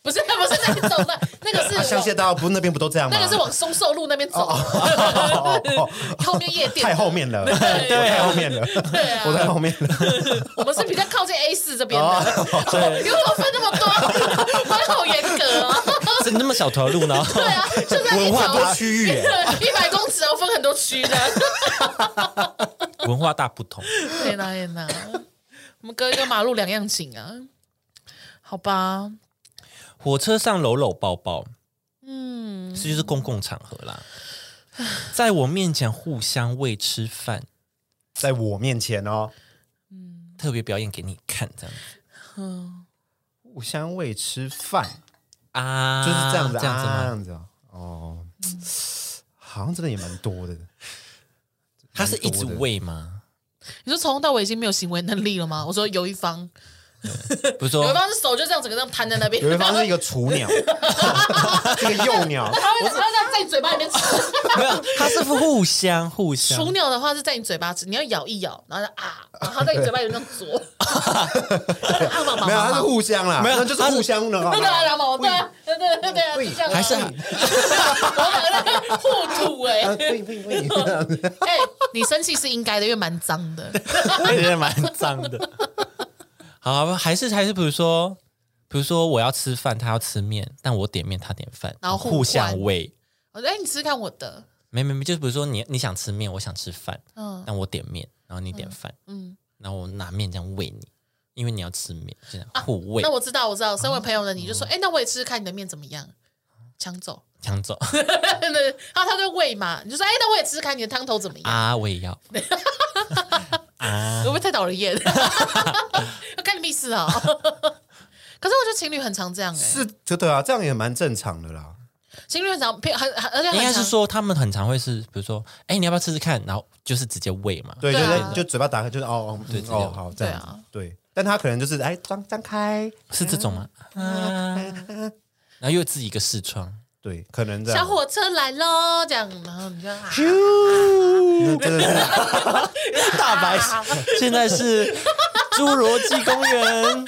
Speaker 2: 不是不是那种的，那个是
Speaker 4: (laughs) 啊，香榭
Speaker 2: 往
Speaker 4: 大道不那边不都这样吗？
Speaker 2: 那个是往松寿路那边
Speaker 4: 哦
Speaker 2: (laughs) 走，后面夜店
Speaker 4: 太后，面了，
Speaker 2: 对
Speaker 4: 我太后面了，
Speaker 2: 对啊
Speaker 4: 我太后面了。
Speaker 2: 我们是比较靠近 A 四这边
Speaker 4: 哦
Speaker 2: 的， (laughs) 你给我分那
Speaker 4: (laughs)
Speaker 2: 么多， (laughs) 我好严格啊！ (laughs)
Speaker 1: 是那么小条路呢？
Speaker 2: 对 (laughs) 啊，就在一
Speaker 4: 文化多
Speaker 2: 条
Speaker 4: 区域耶，
Speaker 2: 一百公尺，然后哦分很多区的。
Speaker 1: 文化大不同，
Speaker 2: (laughs) 天哪天哪，我们隔一个马路两样情啊，好吧？
Speaker 1: 火车上搂搂抱抱，嗯，这就是公共场合啦。在我面前互相喂吃饭，
Speaker 4: 在我面前哦，
Speaker 1: 特别表演给你看，这样子
Speaker 4: 互相喂吃饭，
Speaker 1: 啊，
Speaker 4: 就是这样子，
Speaker 1: 这样子
Speaker 4: 啊这
Speaker 1: 吗？
Speaker 4: 样子哦，哦，好像真的也蛮多
Speaker 2: (laughs)
Speaker 4: 的。
Speaker 1: 他是一直喂吗？
Speaker 2: 你说从头到尾已经没有行为能力了吗？我说有一方，
Speaker 1: 不是
Speaker 2: 有一
Speaker 1: 说
Speaker 2: 方是手就这样整个这样摊在那边，
Speaker 4: 哦有一方是一
Speaker 2: 然后
Speaker 4: 个雏鸟， (laughs) 是一个幼
Speaker 2: (laughs)
Speaker 4: 鸟，
Speaker 2: 他会他会这样在你嘴巴里面吃。
Speaker 1: 没有，他是互相互相
Speaker 2: 雏鸟的话是在你嘴巴吃，你要咬一咬，然后就
Speaker 4: (laughs)
Speaker 2: 啊，然后它在你嘴巴有那种啄，它就啊毛毛
Speaker 4: 没有，它是
Speaker 2: 毛毛，
Speaker 4: 互相啦，
Speaker 1: 没有
Speaker 4: 那就是互相的嘛哦 (laughs)
Speaker 2: 对。啊，毛毛，对啊，对对对对啊，就这样啊，
Speaker 1: 还是
Speaker 2: 我把互吐哎
Speaker 4: 啊喂喂喂
Speaker 2: 哎，你生气是应该的，因为蛮脏的，
Speaker 1: 也是蛮脏的。好，还是还是比如说，比如说我要吃饭，他要吃面，但我点面他点饭，
Speaker 2: 然后互
Speaker 1: 互相
Speaker 2: 换
Speaker 1: 喂，
Speaker 2: 我说哎，你吃看我的，
Speaker 1: 没没没，就是比如说你你想吃面，我想吃饭，
Speaker 2: 嗯
Speaker 1: 但我点面，然后你点饭，
Speaker 2: 嗯，
Speaker 1: 然后我拿面这样喂你，因为你要吃面，这样互喂
Speaker 2: 啊那，我知道，我知道，身为朋友的你就说，哎、那我也吃吃看你的面怎么样，抢走， (laughs)
Speaker 1: 抢走 (laughs)
Speaker 2: 对，然后他就喂嘛，你就说，哎、那我也吃吃看你的汤头怎么样，
Speaker 1: 啊，我也要，
Speaker 2: 会不会太讨人厌？ (laughs) 干你屁事啊！ (laughs) 可是我觉得情侣很常这样哎、
Speaker 4: 是，就对啊，这样也蛮正常的啦。
Speaker 2: 情侣很常偏很很而且很
Speaker 1: 应该是
Speaker 2: 常
Speaker 1: 说他们很常会是，比如说，哎，你要不要吃吃看？然后就是直接喂嘛，
Speaker 4: 对，
Speaker 2: 对
Speaker 4: 就
Speaker 2: 啊
Speaker 4: 是就嘴巴打开，就是哦，哦
Speaker 1: 对
Speaker 4: 嗯
Speaker 1: 这
Speaker 4: 哦
Speaker 1: 样，
Speaker 4: 好，这样子
Speaker 2: 对啊
Speaker 4: 对。但他可能就是哎，张张开，
Speaker 1: 是这种吗？
Speaker 2: (laughs)
Speaker 1: 啊，然后又自己一个视窗，
Speaker 4: 对，可能这样
Speaker 2: 小。火车来喽，这样，然后你就啊
Speaker 4: 那真的是
Speaker 1: 大白，现在是侏罗纪公园。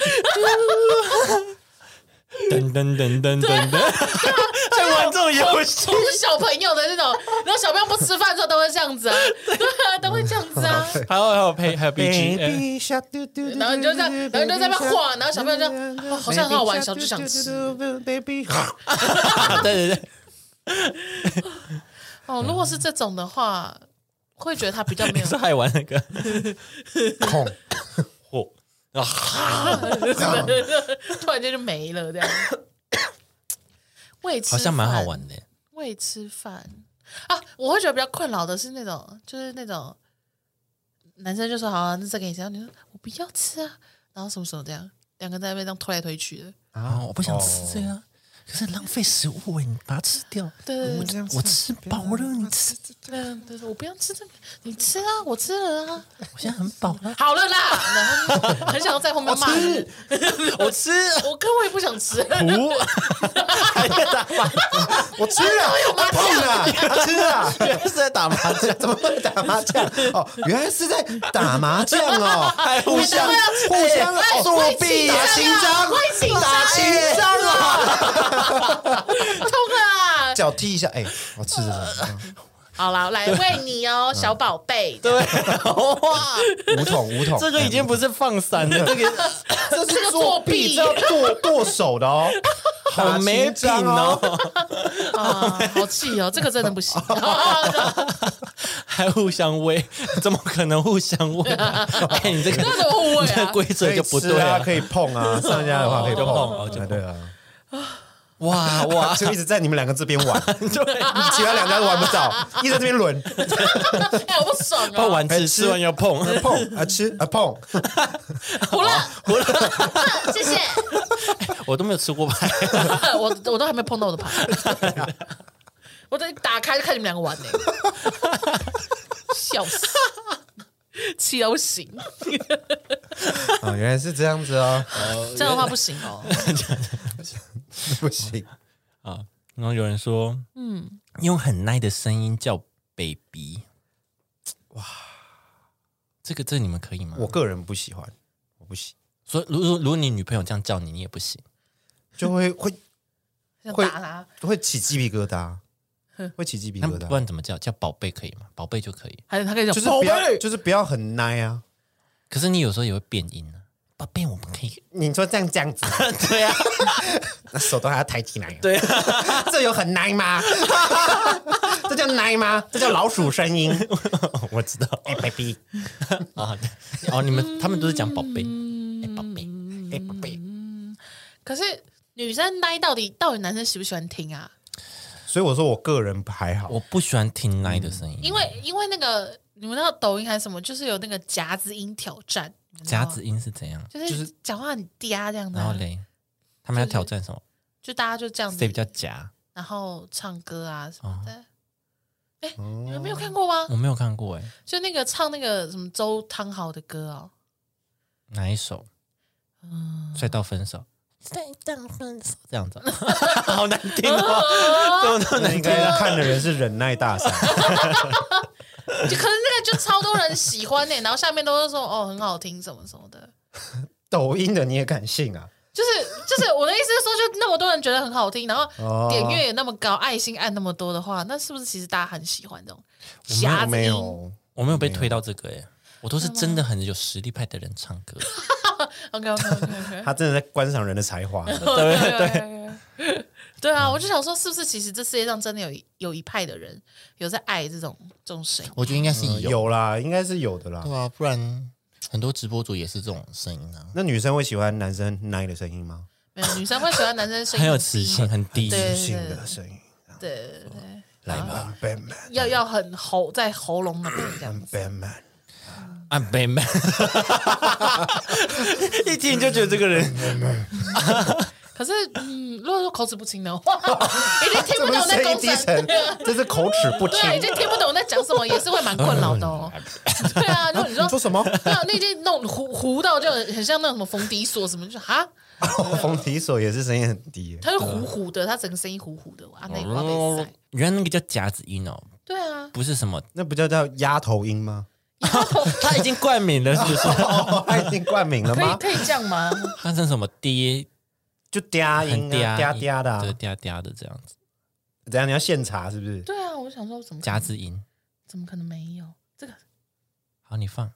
Speaker 1: 噔噔噔噔噔噔， (laughs) 在玩这种游戏，
Speaker 2: 就是小朋友的那种，然后小朋友不吃饭的时候都会这样子啊，对啊， (laughs) 都会这样子啊。
Speaker 1: 还有还有配还有 BGM，
Speaker 4: baby shark，嘟嘟嘟
Speaker 2: 然后你就这样，然后你就在那边晃，然后小朋友就哦好像很好玩，小就想吃。
Speaker 4: 吃，baby，
Speaker 1: 啊对对对，
Speaker 2: 哦，如果是这种的话，会觉得他比较没
Speaker 1: 你
Speaker 2: (laughs) 有
Speaker 1: 是还玩那 (laughs) 个
Speaker 4: 恐
Speaker 1: 火啊？
Speaker 2: 突然间就没了这样。喂吃
Speaker 1: 好像蛮好玩的，
Speaker 2: 饭，喂吃饭啊，我会觉得比较困扰的是那种，就是那种男生就说好、啊，那这给你吃，然后你说我不要吃啊，然后什么什么这样，两个人在那边这样推来推去的，
Speaker 1: 啊！我不想吃这个，可是浪费食物哎，你把它吃掉。
Speaker 2: 对对对
Speaker 1: 我我吃饱了，你吃，
Speaker 2: 嗯，对对，我不要吃这个，你吃啊，我吃了啊，
Speaker 1: 我现在很饱了，
Speaker 2: 好了啦，然后很想要在后面骂人，
Speaker 1: 我吃。
Speaker 2: (laughs) 我根本也不想吃，
Speaker 1: 不，啊
Speaker 4: 还在打麻将，哎我吃了，他碰了，他吃了， (laughs)
Speaker 1: 原来是在打麻将，
Speaker 4: 怎么会打麻将？ (laughs) 哦，原来是在打麻将哦，
Speaker 1: 还互相
Speaker 4: 互相
Speaker 2: 哎
Speaker 4: 作
Speaker 2: 会
Speaker 4: 弊
Speaker 2: 紧
Speaker 4: 打心脏，
Speaker 2: 张啊会紧张
Speaker 4: 打心脏啊，
Speaker 2: 痛啊！
Speaker 4: 脚踢一下，哎，我吃了，嗯
Speaker 2: 好啦，来喂你哦，小宝贝，对，
Speaker 1: 啊哇！
Speaker 4: 五 (laughs) 桶五
Speaker 1: (laughs)
Speaker 4: 桶，
Speaker 1: 这个已经不是放散的，这个
Speaker 4: 哎 (laughs) 这
Speaker 2: 这个
Speaker 4: 是
Speaker 2: 作
Speaker 4: 作
Speaker 2: 弊
Speaker 4: 弊，这要剁剁手的 (laughs) 哦，
Speaker 1: 好没
Speaker 4: 打心
Speaker 1: 品
Speaker 4: 脏哦，
Speaker 1: 哦，
Speaker 2: 啊，好气哦，这个真的不
Speaker 1: (laughs)
Speaker 2: 行，
Speaker 1: (laughs)
Speaker 2: 哦
Speaker 1: 还互相喂， (laughs) 怎么可能互相喂 (laughs) 啊？哎，你这个
Speaker 2: 那怎么互
Speaker 1: 你 (laughs)
Speaker 2: 喂
Speaker 1: 这个
Speaker 2: 啊？
Speaker 1: 规则就不对
Speaker 4: 啊，
Speaker 1: 了
Speaker 4: (laughs) 可。以碰啊，上家的话可以
Speaker 1: 就
Speaker 4: 碰，
Speaker 1: 碰哦就碰
Speaker 4: 啊对啊，
Speaker 1: (laughs) 哇哇，
Speaker 4: 就一直在你们两个这边 (laughs) 玩，
Speaker 1: 对，
Speaker 4: 其他两家都玩不到，一直在这边轮。
Speaker 2: 哎，我不爽
Speaker 1: 不
Speaker 2: 哦，
Speaker 1: 玩吃，吃完要碰，
Speaker 4: 碰啊吃啊碰，
Speaker 2: 胡了胡了， (laughs) 谢谢，
Speaker 1: (laughs) 我都没有吃过牌，
Speaker 2: 我我都还没碰到我的牌， (laughs) 我等一打开就看你们两个玩呢，笑死，气到不行，
Speaker 4: 啊原来是这样子哦， (laughs)
Speaker 2: 这样的话不行哦。
Speaker 4: 不行，
Speaker 1: 啊。 (laughs) 然后有人说，嗯，用很耐的声音叫 baby，哇，这个这你们可以吗？
Speaker 4: 我个人不喜欢，我不行，
Speaker 1: 所以如果如果你女朋友这样叫你，你也不行。
Speaker 4: 就会会
Speaker 2: 想
Speaker 4: 会
Speaker 2: 打他，
Speaker 4: 会起鸡皮疙瘩，会起鸡皮
Speaker 1: 那
Speaker 4: 疙
Speaker 1: 不管
Speaker 4: 瘩，
Speaker 1: 怎么叫，叫宝贝可以吗？宝贝就可以。
Speaker 2: 还有他跟你
Speaker 4: 就是
Speaker 2: 讲
Speaker 4: 不
Speaker 2: 宝
Speaker 4: 要
Speaker 2: 贝
Speaker 4: 就是不要很奶啊，
Speaker 1: 可是你有时候也会变音啊，宝贝，我们可以。 (laughs)
Speaker 4: 你说这样这样子，
Speaker 1: 对啊，
Speaker 4: (laughs) 那手都还要抬起来，
Speaker 1: 对啊，
Speaker 4: 这有很奶吗？这叫奶吗？这叫老鼠声音，
Speaker 1: (laughs) 我知道
Speaker 4: 哎 baby，
Speaker 1: 啊。哦，你们他们都是
Speaker 2: 嗯
Speaker 1: 讲宝贝，哎，宝贝，
Speaker 4: 哎 baby，
Speaker 2: 可是女生奶到底到底男生喜不喜欢听啊？
Speaker 4: 所以我说我个人还好，
Speaker 1: 我不喜欢听奶的声音，
Speaker 2: 因为因为那个你们知道抖音还是什么，就是有那个夹子音挑战，你们知道
Speaker 1: 夹
Speaker 2: 吗
Speaker 1: 子音是怎样？
Speaker 2: 就是讲话很嗲这样的
Speaker 1: 然
Speaker 2: 啊、
Speaker 1: 后嘞，他们要挑战什么？
Speaker 2: 就大家就这样子
Speaker 1: 谁比，较哦夹？
Speaker 2: 然后唱歌啊什么的。哎、你们没有看过吗？
Speaker 1: 我没有看过哎，
Speaker 2: 就那个唱那个什么周汤豪的歌哦，
Speaker 1: 哪一首？帅到分手，嗯帅到分手，这样子，啊 (laughs) 好难听哦，怎么那么
Speaker 4: 嗯那
Speaker 1: 难听？
Speaker 4: 应该看的人是忍耐大赛，
Speaker 2: 就可是那个就超多人喜欢
Speaker 1: (laughs)
Speaker 2: 呢、然后下面都是说哦很好听什么什么的，
Speaker 4: 抖音的你也敢信啊？
Speaker 2: 就是就是我的意思是说，就那么多人觉得很好听，然后
Speaker 4: 哦
Speaker 2: 点阅也那么高，爱心按那么多的话，那是不是其实大家很喜欢这种
Speaker 4: 嗯没
Speaker 2: 夹
Speaker 4: 有
Speaker 2: 子
Speaker 4: 没
Speaker 2: 音？
Speaker 4: 有。
Speaker 1: 我没有被推到这个哎，我都是真的很有实力派的人唱歌。
Speaker 2: OK OK OK OK， (laughs)
Speaker 4: 他真的在观赏人的才华。
Speaker 2: 对对对， (laughs) 对啊，我就想说，是不是其实这世界上真的有一有一派的人有在爱这种这种声音？
Speaker 1: 我觉得应该是有，
Speaker 4: 嗯有啦，应该是有的啦。
Speaker 1: 呃对啊，不然很多直播主也是这种声音啊，
Speaker 4: 那女生会喜欢男生奶的声音吗？
Speaker 2: 没有，女生会喜欢男生声
Speaker 1: (laughs)
Speaker 2: 音
Speaker 1: 很有磁性，啊很低。
Speaker 2: 对
Speaker 4: 性的声音，
Speaker 2: 对对
Speaker 4: 啊
Speaker 2: 对，
Speaker 4: 来吧，Batman，Batman，
Speaker 2: 要要很喉在喉咙那边这
Speaker 4: 嗯
Speaker 2: 样子。
Speaker 1: 啊，妹 (laughs) 妹，一听就觉得这个人
Speaker 2: 可是，嗯，如果说口齿不清
Speaker 4: (laughs)
Speaker 2: 的话，已经听
Speaker 4: 这
Speaker 2: 不
Speaker 4: 不
Speaker 2: 懂
Speaker 4: 是
Speaker 2: 我在
Speaker 4: 声音
Speaker 2: 公
Speaker 4: 低
Speaker 2: 山
Speaker 4: 沉，
Speaker 2: (laughs)
Speaker 4: 这是口齿不清。
Speaker 2: 对，已啊经听不懂我在讲什么，也是会蛮困扰
Speaker 4: (laughs)
Speaker 2: 的哦。对啊，如果你说
Speaker 4: 你说什么？
Speaker 2: 对啊，那经弄糊糊到就很很像那种什么逢迪索什么，就哈，
Speaker 4: (laughs) 冯提手也是声音很低耶。
Speaker 2: 他就糊糊的，他整个声音糊糊的，啊，那也不知道
Speaker 1: 哦
Speaker 2: 被塞。
Speaker 1: 原来那个叫夹子音哦，
Speaker 2: 对啊，
Speaker 1: 不是什么，
Speaker 4: 那不叫叫鸭头音吗？
Speaker 1: (laughs) 他已经冠名了，是不是？
Speaker 4: 哦， (laughs) 他已经冠名了
Speaker 2: 可以
Speaker 4: 吗？
Speaker 2: 可以这样吗？
Speaker 1: (laughs)
Speaker 2: (laughs)
Speaker 1: 他成什么爹，
Speaker 4: 就嗲
Speaker 1: 很
Speaker 4: 音
Speaker 1: 嗲
Speaker 4: 啊，嗲嗲的啊
Speaker 1: 对，。嗲嗲的这样子，
Speaker 4: 怎样？你要现查是不是？
Speaker 2: 对啊，我想说怎么可
Speaker 1: 夹子音。
Speaker 2: 怎么可能没有这个？
Speaker 1: 好，你放。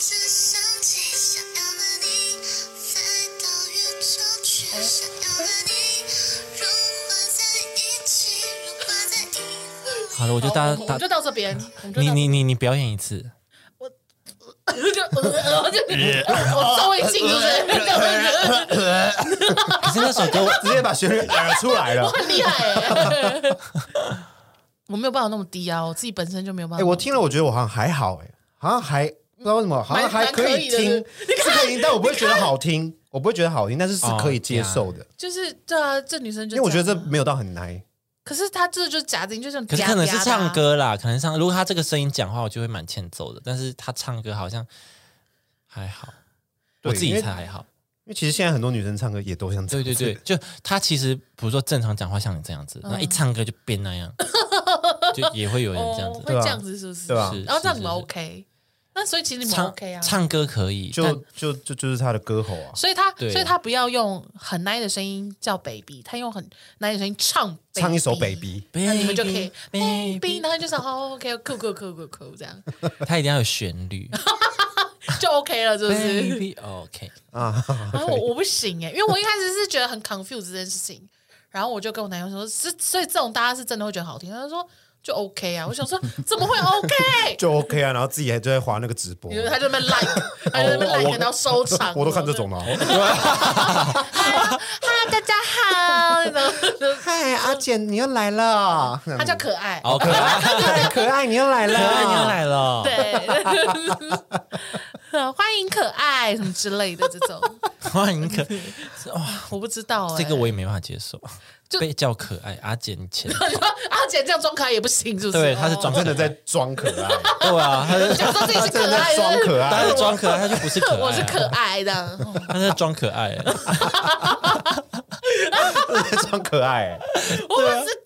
Speaker 5: 只想起，想要和你飞到宇宙去，想要和你融化在一起，融化在一起。
Speaker 1: 好了，我就
Speaker 2: 好
Speaker 1: 搭
Speaker 2: 我们我们
Speaker 1: 搭
Speaker 2: 就，到这边，我们就
Speaker 1: 呃你
Speaker 2: 到
Speaker 1: 你你你表演一次，
Speaker 2: 就 (laughs) 我就我稍微近，是不是？
Speaker 1: 可是那首歌
Speaker 4: 直接把旋
Speaker 2: (laughs)
Speaker 4: 律耳出来了。
Speaker 2: 很厉害欸。我没有办法那么低啊，我自己本身就没有办
Speaker 4: 哎、
Speaker 2: 法。
Speaker 4: 我听了，我觉得我好像还好、哎，好像还不知道为什么，好像
Speaker 2: 蛮
Speaker 4: 还
Speaker 2: 蛮
Speaker 4: 可
Speaker 2: 可
Speaker 4: 以
Speaker 2: 以的
Speaker 4: 听，
Speaker 2: 是
Speaker 4: 是可以听，但我不会觉得好听，我不会觉得好听，但是是
Speaker 1: 哦
Speaker 4: 可以接受的，
Speaker 2: 就是对啊，这女生就
Speaker 4: 因为我觉得这
Speaker 2: 样啊，
Speaker 4: 没有到很难。
Speaker 2: 可是她这就是夹子音，就像
Speaker 1: 可是
Speaker 2: 夹
Speaker 1: 可能
Speaker 2: 夹
Speaker 1: 是
Speaker 2: 的啊
Speaker 1: 唱歌啦，可能唱。如果他这个声音讲话，我就会蛮欠揍的。但是他唱歌好像还好，
Speaker 4: 对
Speaker 1: 我自己
Speaker 4: 因为
Speaker 1: 才还好。
Speaker 4: 因为其实现在很多女生唱歌也都像这
Speaker 1: 对
Speaker 4: 样
Speaker 1: 对对，
Speaker 4: 子，
Speaker 1: 就他其实比如说正常讲话像你这样子，
Speaker 2: 嗯
Speaker 1: 那一唱歌就变那
Speaker 2: (laughs)
Speaker 1: 样，就也会有人这样
Speaker 2: 哦，
Speaker 1: 子。
Speaker 2: 会
Speaker 4: 对啊
Speaker 2: 这样子是不是？
Speaker 4: 对吧
Speaker 1: 是
Speaker 2: 然后这样你
Speaker 1: 是
Speaker 2: 们
Speaker 1: 是
Speaker 2: OK，那所以其实你们
Speaker 1: 唱
Speaker 2: OK 啊。
Speaker 1: 唱歌可以，
Speaker 4: 就
Speaker 1: 但
Speaker 4: 就就就是她的歌喉啊，
Speaker 2: 所以他，
Speaker 1: 对
Speaker 2: 所以他不要用很 nice 的声音叫 baby，他用很 nice 的声音唱
Speaker 4: 唱一首 baby， (laughs)
Speaker 2: 那你们就可以
Speaker 1: Baby，
Speaker 2: baby，然后就说好 OK，酷酷酷酷酷这样 (laughs)
Speaker 1: 他一定要有旋律。
Speaker 2: 就 OK 了，是不是？
Speaker 1: Baby OK，
Speaker 2: 然后我我不行哎、因为我一开始是觉得很 confused 这件事情，然后我就跟我男友说，是所以这种大家是真的会觉得好听，他就说就 OK 啊，我想说怎么会 OK？
Speaker 4: 就 OK 啊，然后自己还就在划那个直播
Speaker 2: 因，为他就在那边 like，他就在那边 like，然后收藏，
Speaker 4: 哦我都看这种。了。
Speaker 2: 哈，大家好，那
Speaker 4: (laughs)
Speaker 2: 种
Speaker 4: 嗨，阿姐，你又来了，
Speaker 2: 他叫可爱，
Speaker 1: 好可爱，
Speaker 4: 太 (laughs) 可爱，你又来了，
Speaker 1: (laughs) 可爱你要来了。
Speaker 2: 对， (laughs) 欢迎可爱什么之类的这种， (laughs)
Speaker 1: 哇，你可
Speaker 2: 我不知道、欸、
Speaker 1: 这个我也没办法接受，
Speaker 2: 就
Speaker 1: 被叫可爱阿姐你
Speaker 2: (laughs)
Speaker 1: 前
Speaker 2: 你说阿姐这样装可爱也不行，是不是？
Speaker 1: 对，他是装
Speaker 4: 真的在装可
Speaker 2: (laughs)
Speaker 4: 爱，
Speaker 1: 对啊，他是
Speaker 2: 假装自己是
Speaker 4: 真的
Speaker 2: 可爱
Speaker 4: 在装可
Speaker 1: 他是装可
Speaker 4: 爱 (laughs)
Speaker 2: (laughs)
Speaker 1: 爱，他就不是可爱啊，
Speaker 2: 我是可爱的，
Speaker 1: (laughs)
Speaker 2: 哦
Speaker 1: 他在装可爱，
Speaker 4: 在装可爱、哎
Speaker 2: 我不知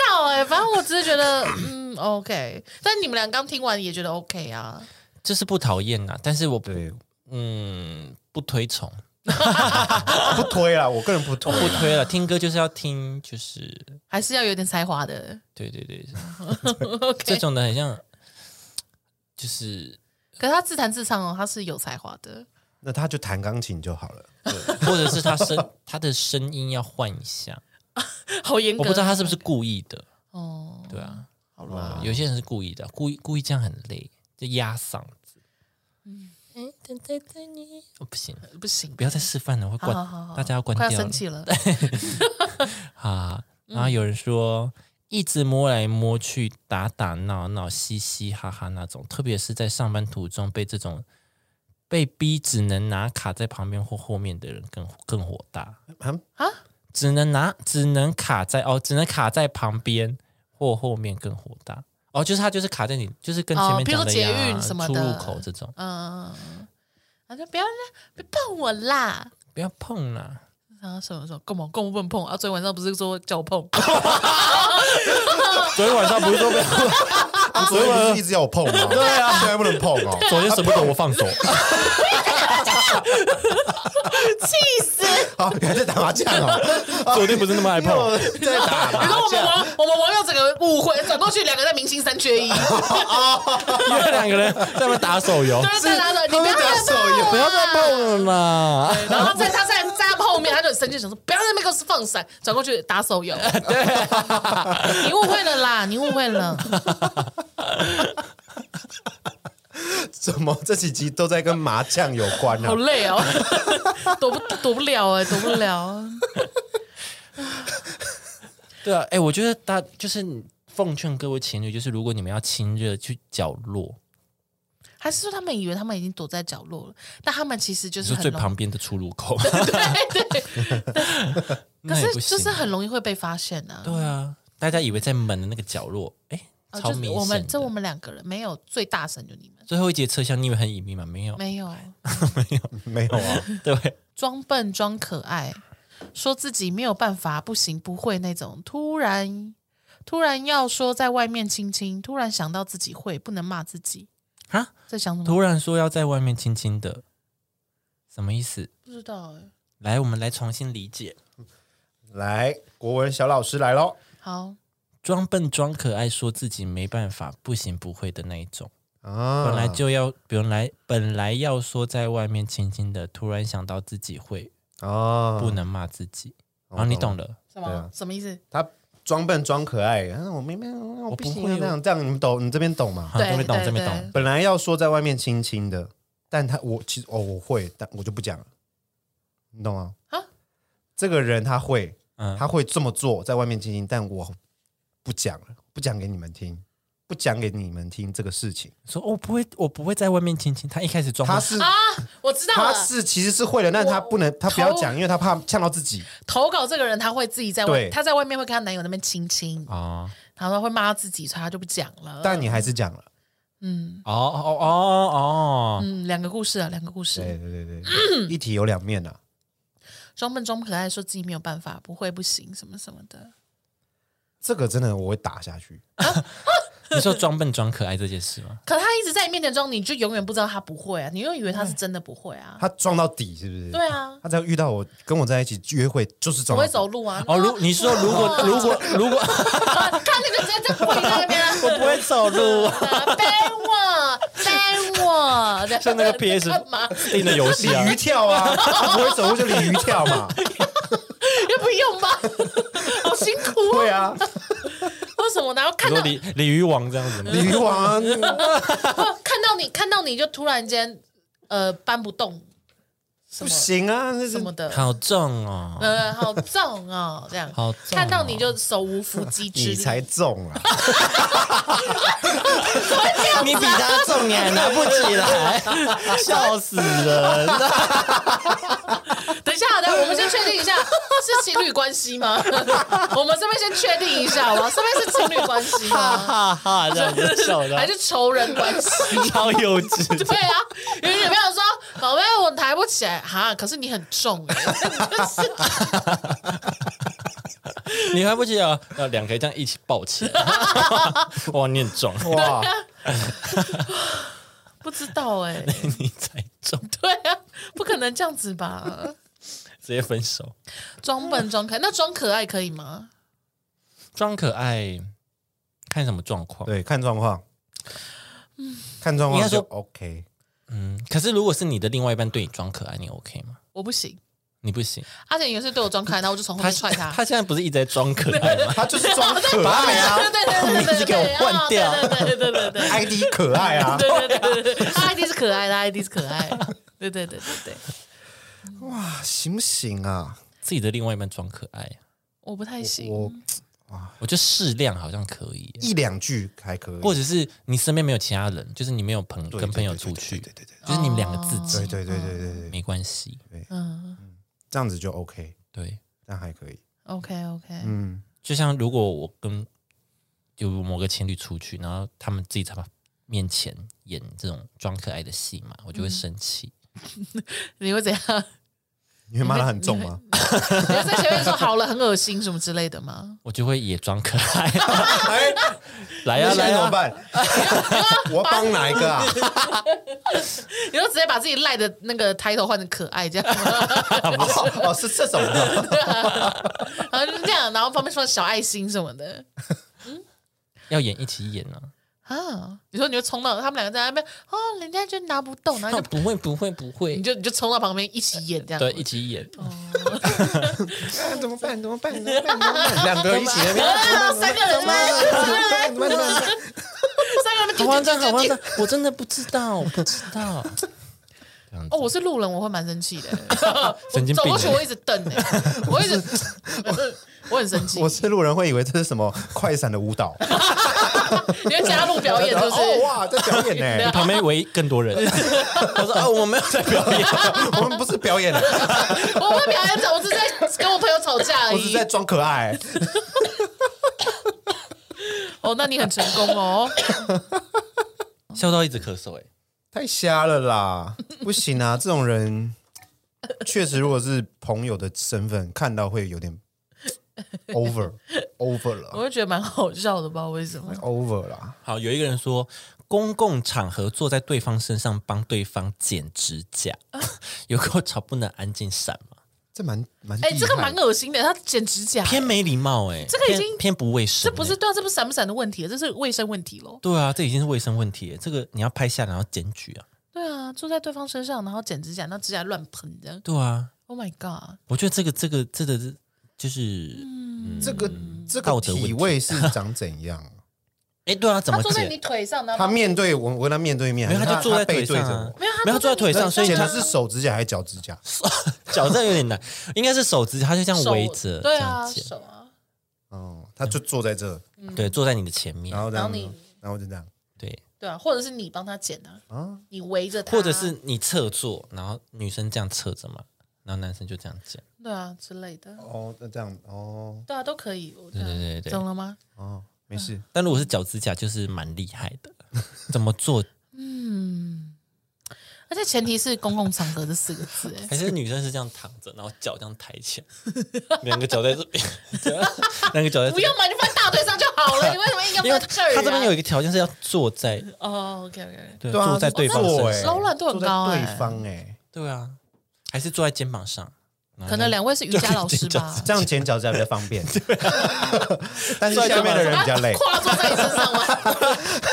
Speaker 2: 道哎、反正我只是觉得，嗯，OK。但你们俩刚听完也觉得 OK 啊，
Speaker 1: 就是不讨厌呐，但是我不
Speaker 4: 对，
Speaker 1: 嗯不推崇，
Speaker 4: 不推啦，我个人不推
Speaker 1: 我。哦不推了，听歌就是要听，就是
Speaker 2: 还是要有点才华的。
Speaker 1: 对对
Speaker 2: (laughs)
Speaker 1: 对，这
Speaker 2: OK，
Speaker 1: 种的很像，就是
Speaker 2: 可是他自弹自唱哦，他是有才华的。
Speaker 4: 那他就弹钢琴就好
Speaker 1: (laughs)
Speaker 4: 了。
Speaker 1: 或者是他
Speaker 2: (laughs)
Speaker 1: 声他的声音要换一下，
Speaker 2: 好严格，
Speaker 1: 我不知道他是不是故意的，
Speaker 2: 哦，
Speaker 1: 对啊，
Speaker 2: 好啦，
Speaker 1: 有些人是故意的，故意故意这样很累，就压嗓子。
Speaker 2: 哎
Speaker 1: 嗯，哦不行，
Speaker 2: 不行，
Speaker 1: 不要再示范了，会
Speaker 2: 好
Speaker 1: 关
Speaker 2: 好好好，
Speaker 1: 大家要关
Speaker 2: 快
Speaker 1: 掉
Speaker 2: 要
Speaker 1: 了
Speaker 2: 生气了，
Speaker 1: 啊。然后
Speaker 2: 嗯
Speaker 1: 有人说，一直摸来摸去，打打闹闹，嘻嘻哈哈那种，特别是在上班途中被这种被逼只能拿卡在旁边或后面的人更更火大。
Speaker 4: 啊，
Speaker 1: 只能拿，只能卡在哦，只能卡在旁边或后面更火大哦，就是它就是卡在你，就是跟前面
Speaker 2: 哦比如
Speaker 1: 讲
Speaker 2: 说
Speaker 1: 的一样啊、
Speaker 2: 捷运什么
Speaker 1: 出
Speaker 2: 的
Speaker 1: 入口这种，
Speaker 2: 嗯，他说不要别碰我啦。
Speaker 1: 不要碰啦。
Speaker 2: 然后什么什么，干嘛干嘛不能碰啊？昨天晚上不是说叫我碰，
Speaker 1: 昨天晚上不是说
Speaker 4: (laughs)
Speaker 1: 不要，
Speaker 4: 啊所以你是一直要我碰
Speaker 1: (laughs)
Speaker 4: 吗？对啊，现在不能碰哦。
Speaker 1: 昨天舍不得我放
Speaker 2: (laughs)
Speaker 1: 手，
Speaker 2: (laughs) 哦气死！
Speaker 4: 好，你还在打麻将哦？
Speaker 1: (laughs) 昨天不是那么爱碰。
Speaker 4: 又在打
Speaker 2: 然后
Speaker 4: 麻
Speaker 2: 我们
Speaker 4: 将。
Speaker 2: 网我们网友整个误会，转过去两个在明星三缺一，对
Speaker 1: 因为两个人在那边打
Speaker 2: (laughs)
Speaker 1: 手游，
Speaker 2: 啊对对，他说你不要再碰，
Speaker 4: 手游
Speaker 1: 不要再碰了嘛。
Speaker 2: 然后在他在在他后面，他就很生气，想说不要在那边给我放闪，转过去打
Speaker 1: (laughs)
Speaker 2: 手游。
Speaker 1: 啊
Speaker 2: 你误会了啦，你误
Speaker 1: (laughs)
Speaker 2: 会了。
Speaker 4: 怎么这几集都在跟麻将有关啊呢、
Speaker 2: 好累
Speaker 1: (laughs)
Speaker 2: 哦，躲不躲不了哎、躲不了。
Speaker 1: 对啊，哎、我觉得大就是奉劝各位情侣，就是如果你们要亲热，去角落，
Speaker 2: 还是说他们以为他们已经躲在角落了，但他们其实就
Speaker 1: 你
Speaker 2: 是
Speaker 1: 说
Speaker 2: 很
Speaker 1: 最
Speaker 2: 容
Speaker 1: 旁边的出入口，
Speaker 2: (laughs) 对
Speaker 1: (laughs)
Speaker 2: 对，可
Speaker 1: 那也
Speaker 2: 是
Speaker 1: 不行啊
Speaker 2: 就是很容易会被发现啊。
Speaker 1: 对啊，大家以为在门的那个角落，哎、
Speaker 2: 啊
Speaker 1: 超
Speaker 2: 就是
Speaker 1: 明
Speaker 2: 我们
Speaker 1: 显
Speaker 2: 这我
Speaker 1: 的。
Speaker 2: 们两个人没有最大声就你们
Speaker 1: 最后一节车厢，你以为很隐秘吗？没有，
Speaker 2: 没有
Speaker 4: 没有啊，
Speaker 1: 对，
Speaker 2: 装笨装可爱，说自己没有办法不行不会那种突然突然要说在外面亲亲，突然想到自己会不能骂自己
Speaker 1: 啊，
Speaker 2: 在想什么
Speaker 1: 突然说要在外面亲亲的，什么意思？
Speaker 2: 不知道哎、
Speaker 1: 来，我们来重新理解。
Speaker 4: 来，国文小老师来喽。
Speaker 2: 好，
Speaker 1: 装笨装可爱，说自己没办法、不行不会的那一种，
Speaker 4: 啊，
Speaker 1: 本来就要本来本来要说在外面亲亲的，突然想到自己会，
Speaker 4: 啊，
Speaker 1: 不能骂自己，然后你嗯懂了，
Speaker 2: 什么、
Speaker 4: 对啊
Speaker 2: 什么意思？
Speaker 4: 他装笨装可爱，啊、我明明我不行
Speaker 1: 我不
Speaker 4: 啊
Speaker 1: 会
Speaker 4: 这样这样，你们懂，你这边懂吗？
Speaker 1: 好，
Speaker 2: 对
Speaker 1: 这边啊懂，
Speaker 2: 对
Speaker 1: 这边
Speaker 2: 对
Speaker 1: 懂，
Speaker 4: 本来要说在外面亲亲的，但他我其实哦我会，但我就不讲了，你懂吗？
Speaker 2: 啊
Speaker 4: 这个人他会，
Speaker 1: 嗯，
Speaker 4: 他会这么做，在外面亲亲，但我不讲了，不讲给你们听，不讲给你们听这个事情。
Speaker 1: 说哦我不会，我不会在外面亲亲。他一开始装
Speaker 4: 他
Speaker 1: 不
Speaker 4: 是、
Speaker 2: 啊，我知道
Speaker 4: 他
Speaker 2: 了。
Speaker 4: 是其实是会的，但他不能，他不要讲，因为他怕呛到自己。
Speaker 2: 投稿这个人，他会自己在外，
Speaker 4: 对啊
Speaker 2: 他在外面会跟她男友那边亲亲，
Speaker 1: 哦
Speaker 2: 然后他会骂他自己，所以他就不讲了。
Speaker 4: 但你还是讲了，
Speaker 2: 嗯
Speaker 1: 哦哦哦哦，
Speaker 2: 嗯，两个故事啊，两个故
Speaker 4: 对
Speaker 2: 事。
Speaker 4: 对对对，一体有两面啊。
Speaker 2: 装笨装可爱，说自己没有办法，不会不行，什么什么的。
Speaker 4: 这个真的我会打下去，
Speaker 1: 你说装笨装可爱这件事
Speaker 2: (laughs)
Speaker 1: 吗？
Speaker 2: 可他一直在你面前装，你就永远不知道他不会啊，你又以为他是真的不会啊。
Speaker 4: 他撞到底是不是？
Speaker 2: 对啊，
Speaker 4: 他只要遇到我跟我在一起约会，就是
Speaker 2: 不
Speaker 4: 撞到
Speaker 2: 会
Speaker 4: 底。
Speaker 2: 走路啊。
Speaker 1: 哦，如你说如果
Speaker 2: (laughs)
Speaker 1: 如果如果
Speaker 2: 看你就直接在跪在那边啊，
Speaker 1: 我不会走路，
Speaker 2: 背我背我，
Speaker 1: 像那个 PS
Speaker 2: 干嘛？
Speaker 1: 定的游
Speaker 4: 鲤
Speaker 1: 戏啊，
Speaker 4: 鱼
Speaker 1: (laughs)
Speaker 4: 跳啊，他不会走路就鲤鱼跳嘛。
Speaker 2: 又不用吧，好辛苦啊。
Speaker 4: 对啊，
Speaker 2: 为什么？然后
Speaker 1: 你
Speaker 2: 看
Speaker 1: 说
Speaker 2: 到
Speaker 1: 鲤鲤鱼王这样子吗？
Speaker 4: 鲤鱼王啊，
Speaker 2: 不看到你，看到你就突然间呃搬不动，什
Speaker 4: 不
Speaker 2: 么
Speaker 4: 行啊，那
Speaker 2: 什
Speaker 4: 是
Speaker 2: 么的，
Speaker 1: 好重
Speaker 2: (laughs)
Speaker 1: 哦，
Speaker 2: 呃，好重哦，这样，
Speaker 1: 好重哦
Speaker 2: 看到你就手无缚鸡之
Speaker 4: 你
Speaker 2: 力，
Speaker 4: 才重
Speaker 1: (laughs)
Speaker 4: 啊，
Speaker 1: 你比他重，你还拿不起
Speaker 2: (laughs)
Speaker 1: 来， (laughs) 笑死人了。
Speaker 2: 等一下，等一下我们先确定一下是情侣关系吗？ (laughs) 我们这边先确定一下好吗？这边是情侣关系吗？
Speaker 1: 哈哈，这样子笑
Speaker 2: 还
Speaker 1: 的，
Speaker 2: 是仇人关系？
Speaker 1: (laughs) 超幼稚。
Speaker 2: 对啊，有女朋友说：“宝贝，我抬不起来哈，可是你很重欸哎、真是
Speaker 1: (laughs) 你还不记得，呃，两个这样一起抱起来， (laughs) 哇，你很 (laughs) 重，
Speaker 4: 哇，
Speaker 2: (laughs) 不知道哎、
Speaker 1: 你才重，
Speaker 2: 对啊，不可能这样子吧？
Speaker 1: 直接分手。
Speaker 2: 装笨装可爱，那装可爱可以吗？
Speaker 1: 装可爱，看什么状况。
Speaker 4: 对，看状况，看状
Speaker 1: 应
Speaker 4: 况
Speaker 1: 该说
Speaker 4: 就 OK。
Speaker 1: 嗯，可是如果是你的另外一半对你装可爱，你 OK 吗？
Speaker 2: 我不行。
Speaker 1: 你不行。
Speaker 2: 阿简有一次对我装可爱，然后我就从后面踹
Speaker 1: (laughs)
Speaker 2: 他。
Speaker 1: 他现在不是一直在装可爱吗？ (laughs)
Speaker 4: 他就是装可爱啊
Speaker 2: 对对对对对对，对对对对对
Speaker 4: ，ID 可爱
Speaker 1: (laughs)
Speaker 4: 啊，
Speaker 2: 对对对对对，他 ID 是可爱的，ID 是可爱。对对对对对，
Speaker 4: 啊行不行啊？
Speaker 1: 自己的另外一半装可爱，
Speaker 2: 我不太行。
Speaker 4: 我
Speaker 1: 我觉得适量好像可以，
Speaker 4: 一两句还可以，
Speaker 1: 或者是你身边没有其他人，就是你没有朋
Speaker 4: 对
Speaker 1: 跟朋友出去，嗯就是你们两个自己
Speaker 4: 对对对对对对，
Speaker 1: 没关系。
Speaker 2: 嗯
Speaker 4: 这样子就 OK，
Speaker 1: 对，
Speaker 4: 这样还可以。
Speaker 2: ，OK OK，
Speaker 4: 嗯，
Speaker 1: 就像如果我跟就某个情侣出去，然后他们自己在面前演这种装可爱的戏嘛，我
Speaker 2: 嗯
Speaker 1: 就会生气。
Speaker 2: 你会怎样？
Speaker 4: 你会骂他很重
Speaker 1: (laughs)
Speaker 4: 吗？
Speaker 2: 你会在前面说好了，很恶心什么之类的吗？
Speaker 1: 我就会也装可爱， (laughs)
Speaker 4: 哎，
Speaker 1: 来呀、来啊
Speaker 4: 那现在怎
Speaker 1: 呀、(laughs)
Speaker 4: 么办？我要帮哪一个啊？
Speaker 2: 你就直接把自己赖的那个抬头换成可爱这样吗，
Speaker 4: 哦，哦是这种的，
Speaker 2: 然后就这样，然后旁边说小爱心什么的
Speaker 1: 要演一起演啊！
Speaker 2: 啊。你说你就冲到他们两个在那边哦，人家就拿不动，然后
Speaker 1: 那
Speaker 2: 就哦
Speaker 1: 不会不会不
Speaker 2: 你
Speaker 1: 会，
Speaker 2: 就你就冲到旁边一起演这样。
Speaker 1: 对，一起演。
Speaker 2: 么？
Speaker 4: 啊怎么
Speaker 2: (laughs)
Speaker 4: 办？怎么办？怎么办？怎么办？两个一起那边，啊
Speaker 2: 三个人
Speaker 4: 怎么办？怎么办？怎么办？怎么 (laughs) 办？
Speaker 2: 三个人
Speaker 1: 好慌张，好慌
Speaker 2: 张。
Speaker 1: 张！我真的不知道，我不知道。
Speaker 2: 哦，我是路人，我会蛮生气的。
Speaker 1: (laughs) 神经病
Speaker 2: 走过去我一直瞪哎、
Speaker 1: (laughs)
Speaker 2: 我一直，我很生气。
Speaker 4: 我是路人会以为这是什么快闪的舞蹈，
Speaker 2: 你要加入表演是不
Speaker 4: 哦
Speaker 2: 是？
Speaker 4: 哇，在表
Speaker 2: (laughs)
Speaker 4: 演呢，
Speaker 1: (laughs) 旁边围更 (laughs) 多人，我说啊，我没有在表演，
Speaker 4: 我们不是表
Speaker 2: (laughs)
Speaker 4: 演了，
Speaker 2: 我不会表演者，我只是在跟我朋友吵架而
Speaker 4: 我只是
Speaker 2: 已
Speaker 4: 在。装可爱。
Speaker 2: 哦，那你很成功哦。
Speaker 1: 笑到一直咳嗽。哎，
Speaker 4: 太瞎了啦，不行啊！这种人确实，如果是朋友的身份看到，会有点 over over
Speaker 2: 我
Speaker 4: 了
Speaker 2: 会觉得蛮好笑的，不知道为什么。
Speaker 4: ，over 啦。
Speaker 1: 好，有一个人说，公共场合坐在对方身上帮对方剪指甲，
Speaker 2: 啊
Speaker 1: (laughs) 有够吵，不能安静闪吗？
Speaker 4: 这蛮蛮
Speaker 2: 哎、
Speaker 4: 厉害
Speaker 2: 这个蛮恶心的，他剪指甲、
Speaker 1: 偏没礼貌哎，
Speaker 2: 这个已
Speaker 1: 偏
Speaker 2: 经
Speaker 1: 偏不卫生
Speaker 2: 这
Speaker 1: 哎，
Speaker 2: 不是对啊，这不是闪不闪的问题，这是卫生问题喽。
Speaker 1: 对啊，这已经是卫生问题哎，这个你要拍下来然后检举啊，
Speaker 2: 对啊，坐在对方身上，然后剪指甲，那指甲乱喷这样。
Speaker 1: 对啊，
Speaker 2: Oh my god！
Speaker 1: 我觉得这个这个这个是就是
Speaker 2: 嗯
Speaker 4: 这个这
Speaker 1: 道
Speaker 4: 个
Speaker 1: 德问
Speaker 4: 体
Speaker 1: 题
Speaker 4: 位是长怎
Speaker 2: (laughs)
Speaker 4: 样？
Speaker 1: 哎，对啊，怎
Speaker 2: 他
Speaker 1: 么
Speaker 2: 坐在你
Speaker 1: 剪？
Speaker 2: 腿上，然后
Speaker 4: 他面对我，我跟他面对面，
Speaker 1: 没有，
Speaker 4: 还
Speaker 1: 他
Speaker 4: 是
Speaker 1: 就坐在
Speaker 4: 他
Speaker 1: 腿
Speaker 4: 背对
Speaker 1: 上
Speaker 4: 着
Speaker 1: 啊
Speaker 4: 我。，
Speaker 2: 没有他
Speaker 1: 没有，他坐在
Speaker 2: 坐在
Speaker 1: 腿
Speaker 2: 你
Speaker 1: 上，所以
Speaker 4: 剪
Speaker 1: 他
Speaker 4: 的是手指甲还是脚指甲？
Speaker 1: 脚上有点难，应该是手指，他就这样
Speaker 2: 手
Speaker 1: 围着，这
Speaker 2: 对啊，
Speaker 1: 样剪
Speaker 2: 手啊，
Speaker 4: 哦，他就坐在这，
Speaker 1: 对，坐在你的前面
Speaker 4: 然，后这样
Speaker 2: 然后你，
Speaker 4: 然后就这样
Speaker 1: 对，
Speaker 2: 对啊，或者是你帮他剪啊，
Speaker 4: 啊，
Speaker 2: 你围着他，
Speaker 1: 或者是你侧坐，然后女生这样侧着嘛，然后男生就这样剪，
Speaker 2: 对啊之类的，
Speaker 4: 哦，那这样，哦
Speaker 2: 对啊，都可以。我对
Speaker 1: 对对对对
Speaker 2: 懂了吗？
Speaker 4: 哦，没事，
Speaker 1: 但如果是脚指甲，就是蛮厉害的，怎么做？
Speaker 2: 嗯而且前提是公共场合这四个字，哎
Speaker 1: (laughs) 还是女生是这样躺着，然后脚这样抬起来， (laughs) 两个脚在这边，这样两个脚在这
Speaker 2: 不
Speaker 1: 边
Speaker 2: 用，嘛，你放在大腿上就好了，你为什么硬要
Speaker 1: (laughs) 因为
Speaker 2: 放在这儿啊？
Speaker 1: 他这边有一个条件是要坐在
Speaker 2: 哦，OK OK，
Speaker 1: 对
Speaker 4: 对啊
Speaker 1: 坐在对方
Speaker 4: 坐
Speaker 1: 身
Speaker 4: 欸
Speaker 1: 上，
Speaker 2: 柔软度很高
Speaker 4: 坐在
Speaker 2: 哎
Speaker 4: 对方哎，
Speaker 1: 对啊，还是坐在肩膀上，然后
Speaker 2: 可能两位是瑜伽老师吧？
Speaker 4: 这样剪脚趾甲比较方便， (laughs) 但是
Speaker 1: 所以就
Speaker 4: 下面的人比较累
Speaker 2: 啊。 (laughs) 跨坐在你身上吗？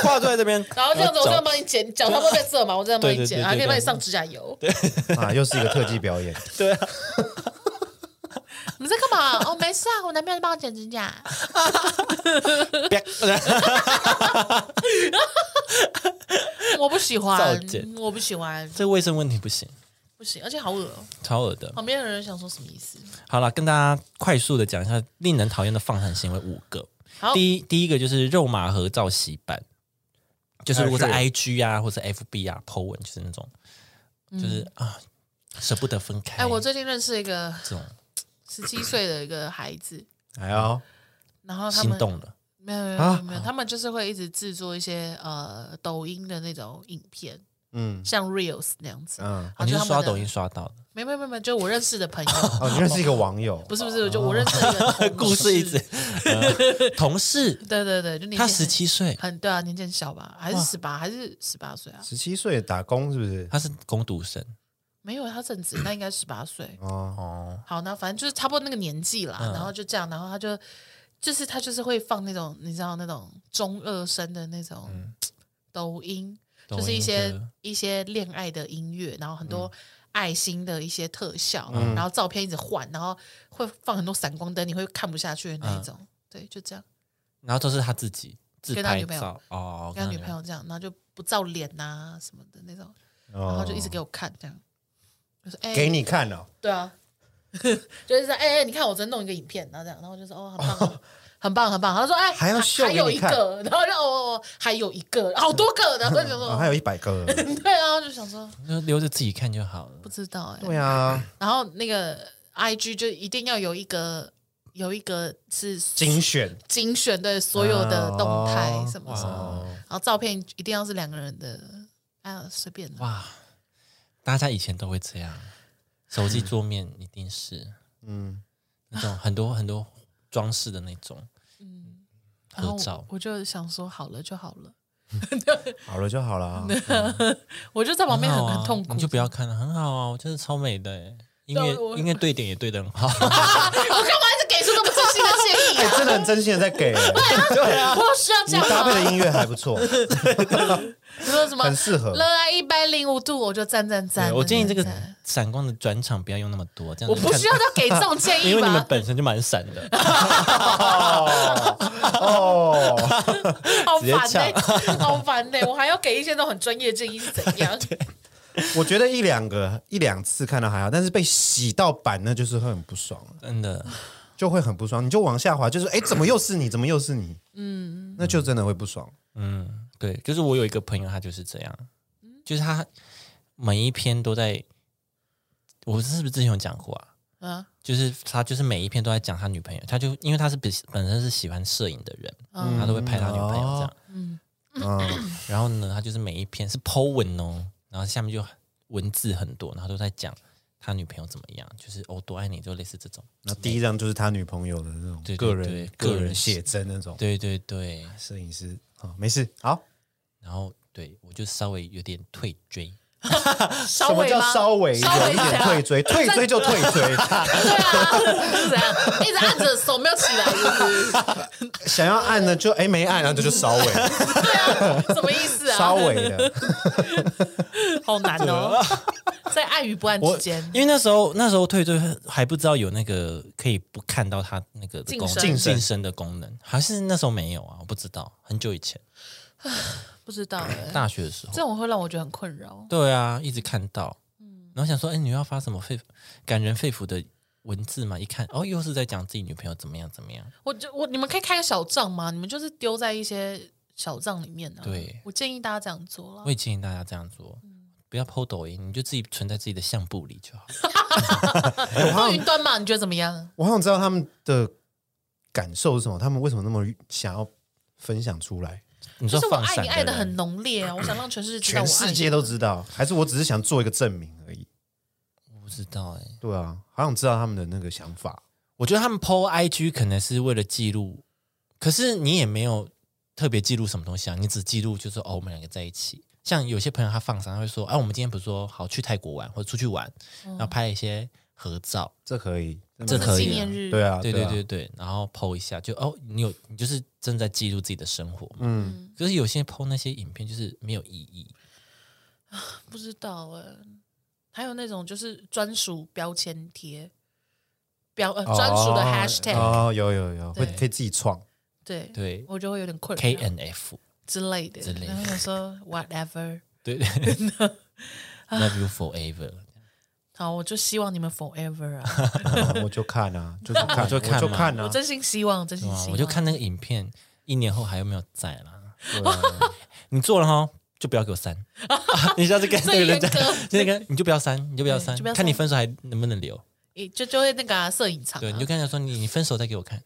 Speaker 1: 跨坐在这边，
Speaker 2: 然后这
Speaker 1: (laughs)
Speaker 2: 样子，我这
Speaker 1: 脚
Speaker 2: 样帮你剪，脚差不多在这嘛，我这样帮你
Speaker 1: 对对对
Speaker 2: 剪，
Speaker 1: 对
Speaker 2: 还可以
Speaker 1: 对
Speaker 2: 帮你上指甲油。
Speaker 4: 啊，又是一个特技表演，
Speaker 1: 对啊，
Speaker 2: (laughs) 你在干嘛？哦，没事啊，我男朋友在帮我剪指甲。 (laughs)
Speaker 1: 别
Speaker 2: 我不喜欢
Speaker 1: 造剪，
Speaker 2: 我不喜欢，
Speaker 1: (laughs) 这卫生问题不行，
Speaker 2: 不行，而且好恶哦。
Speaker 1: 超恶的。
Speaker 2: 旁边的人想说什么意思？
Speaker 1: 好了，跟大家快速的讲一下令人讨厌的放闪行为五个。
Speaker 2: 好
Speaker 1: 第一，第一个就是肉麻合照洗版，就是如果在
Speaker 4: 哎
Speaker 1: IG 啊或者 FB 啊 po 文，就是那种，就是啊舍不得分开。
Speaker 2: 嗯哎，我最近认识一个
Speaker 1: 这种
Speaker 2: 十七岁的一个孩子，
Speaker 4: 哎呦，
Speaker 2: 然后他
Speaker 1: 心
Speaker 2: 们
Speaker 1: 动了，
Speaker 2: 没有没有没有没有，他们就是会一直制作一些呃抖音的那种影片，
Speaker 4: 嗯
Speaker 2: 像 reels 那样子。
Speaker 4: 嗯，
Speaker 1: 哦
Speaker 2: 好
Speaker 1: 你
Speaker 2: 就是他们
Speaker 1: 刷
Speaker 2: 的
Speaker 1: 抖音刷
Speaker 2: (laughs)
Speaker 1: 到的，
Speaker 2: 没没没没，就我认识的朋友，
Speaker 4: 哦，你认识一个网友，
Speaker 2: 不是不是，就我认识的一个同
Speaker 1: 故事一直 (laughs)
Speaker 2: 事
Speaker 1: 呃同事，
Speaker 2: 对对对，就年纪
Speaker 1: 他
Speaker 2: 很
Speaker 1: 十，七岁，
Speaker 2: 很对啊，年纪很小吧？还是十八？还是十八岁啊？
Speaker 4: 十七岁打工是不是？
Speaker 1: 他是工读生，
Speaker 2: 没有，他正值，那应该十八岁。
Speaker 4: 哦，
Speaker 2: 好，那反正就是差不多那个年纪啦，
Speaker 1: 嗯
Speaker 2: 然后就这样，然后他就就是他就是会放那种你知道那种中二生的那种抖音，
Speaker 1: 嗯抖
Speaker 2: 就是一
Speaker 1: 音
Speaker 2: 些
Speaker 1: 歌嗯
Speaker 2: 一些恋爱的音乐，然后很多爱心的一些特效，然后照片一直换，然后会放很多闪光灯，你会看不下去的那
Speaker 1: 嗯
Speaker 2: 一种。对，就这样，
Speaker 1: 然后都是他自己自
Speaker 2: 跟他
Speaker 1: 拍
Speaker 2: 女朋友
Speaker 1: 照哦，
Speaker 2: 跟他女朋友这样，然后就不照脸呐、什么的那种，然后就一直给我看这样。就说哎，
Speaker 4: 哦给你看哦，
Speaker 2: 对啊， (laughs) 就是说，哎、哎、你看我昨天弄一个影片，然后这样，然后我就说，哦，很棒，很棒，很棒。他说，哎、
Speaker 4: 还要秀
Speaker 2: 还
Speaker 4: 给
Speaker 2: 有
Speaker 4: 你
Speaker 2: 一
Speaker 4: 看
Speaker 2: 个，然后就哦哦，哦还有一个，好多个，然后就
Speaker 4: (laughs)
Speaker 2: 想
Speaker 4: 哦
Speaker 2: 说，
Speaker 4: 还有一百
Speaker 2: (laughs)
Speaker 4: 个，
Speaker 2: 对啊，就想说
Speaker 1: 友留着自己看就好了。
Speaker 2: 不知道哎、
Speaker 4: 对啊，
Speaker 2: 然后那个 I G 就一定要有一个，有一个是
Speaker 4: 精选
Speaker 2: 精选对所有的动态
Speaker 4: 哦
Speaker 2: 什么什么，然后照片一定要是两个人的，啊，随便的。
Speaker 1: 哇，大家以前都会这样，手机桌面一定是，嗯
Speaker 4: 嗯，
Speaker 1: 那种很多很多装饰的那种，
Speaker 2: 然后
Speaker 1: 合照
Speaker 2: 我就想说，好了就好了，
Speaker 4: 好了就好了啊，
Speaker 2: 嗯我就在旁
Speaker 4: 哦
Speaker 2: 边很
Speaker 1: 好啊
Speaker 2: 很痛苦，
Speaker 1: 你就不要看了，很好啊，我觉得超美的欸，音
Speaker 2: 对啊我
Speaker 1: 乐音乐对点也对的很
Speaker 2: (laughs)
Speaker 1: 好，
Speaker 2: 我干嘛一直给出那么真心的建议啊？
Speaker 1: 哎
Speaker 2: (laughs)
Speaker 4: 真的很真心的在给，
Speaker 1: 啊
Speaker 2: 我需要这
Speaker 4: 你
Speaker 2: 样
Speaker 4: 搭配
Speaker 2: 吗？ (laughs)
Speaker 4: 的音乐还不错，
Speaker 2: 你说什么？
Speaker 4: 很适合
Speaker 2: 热爱一百零五度，我就赞赞赞。
Speaker 1: 对我建议这个
Speaker 2: 赞赞赞
Speaker 1: 闪光的转场不要用那么多，这样
Speaker 2: 我
Speaker 1: 子
Speaker 2: 不
Speaker 1: 看
Speaker 2: 需要他给这种建
Speaker 1: 因
Speaker 2: 议
Speaker 1: 为你们
Speaker 2: 吧？
Speaker 1: 本身就蛮闪的， (laughs)
Speaker 4: 哦，
Speaker 2: 好
Speaker 1: 直接
Speaker 2: 烦呢、欸
Speaker 1: 呛
Speaker 2: 好烦欸呢、我还要给一些那种很专业的建议是怎
Speaker 1: (laughs)
Speaker 2: 样？
Speaker 4: 我觉得一两个一两次看到还好，但是被洗到板那就是会很不爽了，
Speaker 1: 真的。
Speaker 4: 就会很不爽，你就往下滑，就是哎，怎么又是你？怎么又是你？嗯，那就真的会不爽。
Speaker 1: 嗯，对，就是我有一个朋友，他就是这样，
Speaker 2: 嗯
Speaker 1: 就是他每一篇都在，我是不是之前有讲过啊？
Speaker 2: 啊
Speaker 1: 就是他就是每一篇都在讲他女朋友，他就因为他是本本身是喜欢摄影的人，
Speaker 2: 嗯
Speaker 1: 他都会拍他女朋友这样。
Speaker 4: 嗯，
Speaker 1: 然后呢，他就是每一篇是 Po 文哦，然后下面就文字很多，然后都在讲他女朋友怎么样，就是哦多爱你，就类似这种。
Speaker 4: 那第一张就是他女朋友的那
Speaker 1: 对对
Speaker 4: 种个
Speaker 1: 对
Speaker 4: 人
Speaker 1: 个
Speaker 4: 个
Speaker 1: 人
Speaker 4: 人写真那种
Speaker 1: 对对对，
Speaker 4: 摄影师啊，没事，好。
Speaker 1: 然后对我就稍微有点退追，
Speaker 2: 稍
Speaker 4: 什么
Speaker 2: 微
Speaker 4: 叫
Speaker 2: 吗？
Speaker 4: 稍微
Speaker 2: 稍微
Speaker 4: 有一
Speaker 2: 怎
Speaker 4: 点
Speaker 2: 样
Speaker 4: 退
Speaker 2: (laughs)
Speaker 4: 追？退追就退追，
Speaker 2: 对啊，是怎样？一直按着手没有起来，是不
Speaker 4: 想要按呢就哎没按，然后这就
Speaker 2: (laughs)
Speaker 4: 稍微
Speaker 2: 是什么意思啊？
Speaker 4: 稍微的。
Speaker 2: (laughs) 好难哦，在爱与不爱之间，
Speaker 1: 因为那时候那时候退追还不知道有那个可以不看到他那个的
Speaker 2: 晋
Speaker 1: 功能
Speaker 2: 升
Speaker 1: 晋
Speaker 4: 晋升
Speaker 1: 升的功能，还是那时候没有啊？我不知道，很久以前
Speaker 2: 不知道哎、
Speaker 1: 大学的时候
Speaker 2: 这。种会让我觉得很困扰。
Speaker 1: 对啊，一直看到，
Speaker 2: 嗯
Speaker 1: 然后想说，哎，你要发什么肺感人肺腑的文字嘛？一看，哦，又是在讲自己女朋友怎么样怎么样，
Speaker 2: 我就我你们可以开个小账吗？你们就是丢在一些小账里面啊。
Speaker 1: 对
Speaker 2: 我建议大家这样做
Speaker 1: 我
Speaker 2: 了。
Speaker 1: 也建议大家这样做。
Speaker 2: 嗯
Speaker 1: 不要剖抖音，你就自己存在自己的相簿里就好。
Speaker 2: 放云端嘛，你觉得怎么样？
Speaker 4: 我好想知道他们的感受是什么，他们为什么那么想要分享出来？
Speaker 1: 你
Speaker 2: 就
Speaker 1: 说
Speaker 2: 是我
Speaker 1: 放
Speaker 2: 爱
Speaker 1: 闪
Speaker 2: 你爱
Speaker 1: 的
Speaker 2: 的
Speaker 1: 人
Speaker 2: 很浓烈啊，我想让全世界知道
Speaker 4: 全
Speaker 2: 我
Speaker 4: 世
Speaker 2: 爱
Speaker 4: 界
Speaker 2: 你。
Speaker 4: 都知道，还是我只是想做一个证明而已？
Speaker 1: 我不知道哎、
Speaker 4: 对啊，好想知道他们的那个想法。
Speaker 1: 我觉得他们 PO IG 可能是为了记录，可是你也没有特别记录什么东西啊，你只记录就是哦，我们两个在一起。像有些朋友他放闪，他会说，哎、我们今天不是说好去泰国玩或者出去玩，
Speaker 2: 嗯
Speaker 1: 然后拍一些合照，
Speaker 4: 这可以，
Speaker 1: 这可以啊
Speaker 2: 纪念日
Speaker 4: 对啊，
Speaker 1: 对
Speaker 4: 对
Speaker 1: 对
Speaker 4: 啊
Speaker 1: 对，对，然后 PO 一下，就哦，你有你就是正在记录自己的生活嘛。
Speaker 4: 嗯，
Speaker 1: 可是有些 PO 那些影片就是没有意义，
Speaker 2: 不知道哎、还有那种就是专属标签贴，标呃专属的
Speaker 4: 哦
Speaker 2: hashtag，、
Speaker 4: 哦，有有有，会
Speaker 2: 对
Speaker 4: 可以自己
Speaker 2: (laughs)
Speaker 4: 创，
Speaker 2: 对
Speaker 1: 对
Speaker 2: 我就会有点困扰
Speaker 1: K N F，
Speaker 4: (laughs)
Speaker 2: 之类的，
Speaker 1: 之类的
Speaker 2: 然后想说 whatever。
Speaker 1: 对对，Love you
Speaker 2: (laughs)
Speaker 1: forever，
Speaker 2: 好，我就希望你们 forever
Speaker 1: (laughs)
Speaker 2: 啊！
Speaker 4: 嗯我就看啊，就是看，
Speaker 1: 我就看嘛
Speaker 4: 我就看
Speaker 2: (laughs) 我
Speaker 4: 啊，
Speaker 2: 真心希望，真心
Speaker 1: 对
Speaker 2: 希
Speaker 1: 啊
Speaker 2: 望。
Speaker 1: 我就看那个影片，一年后还有没有在啦？
Speaker 4: 啊
Speaker 1: (laughs) 你做了哈，就不要给我
Speaker 2: (laughs)
Speaker 1: 删，啊你下次跟那个人讲
Speaker 2: 最严格，
Speaker 1: 那个你就不要删，你就不要删
Speaker 2: 对就不要，删
Speaker 1: 看你分手还能不能留。
Speaker 2: 诶就就会那个啊摄影场啊，
Speaker 1: 对，你就跟他说你你分手再给我看，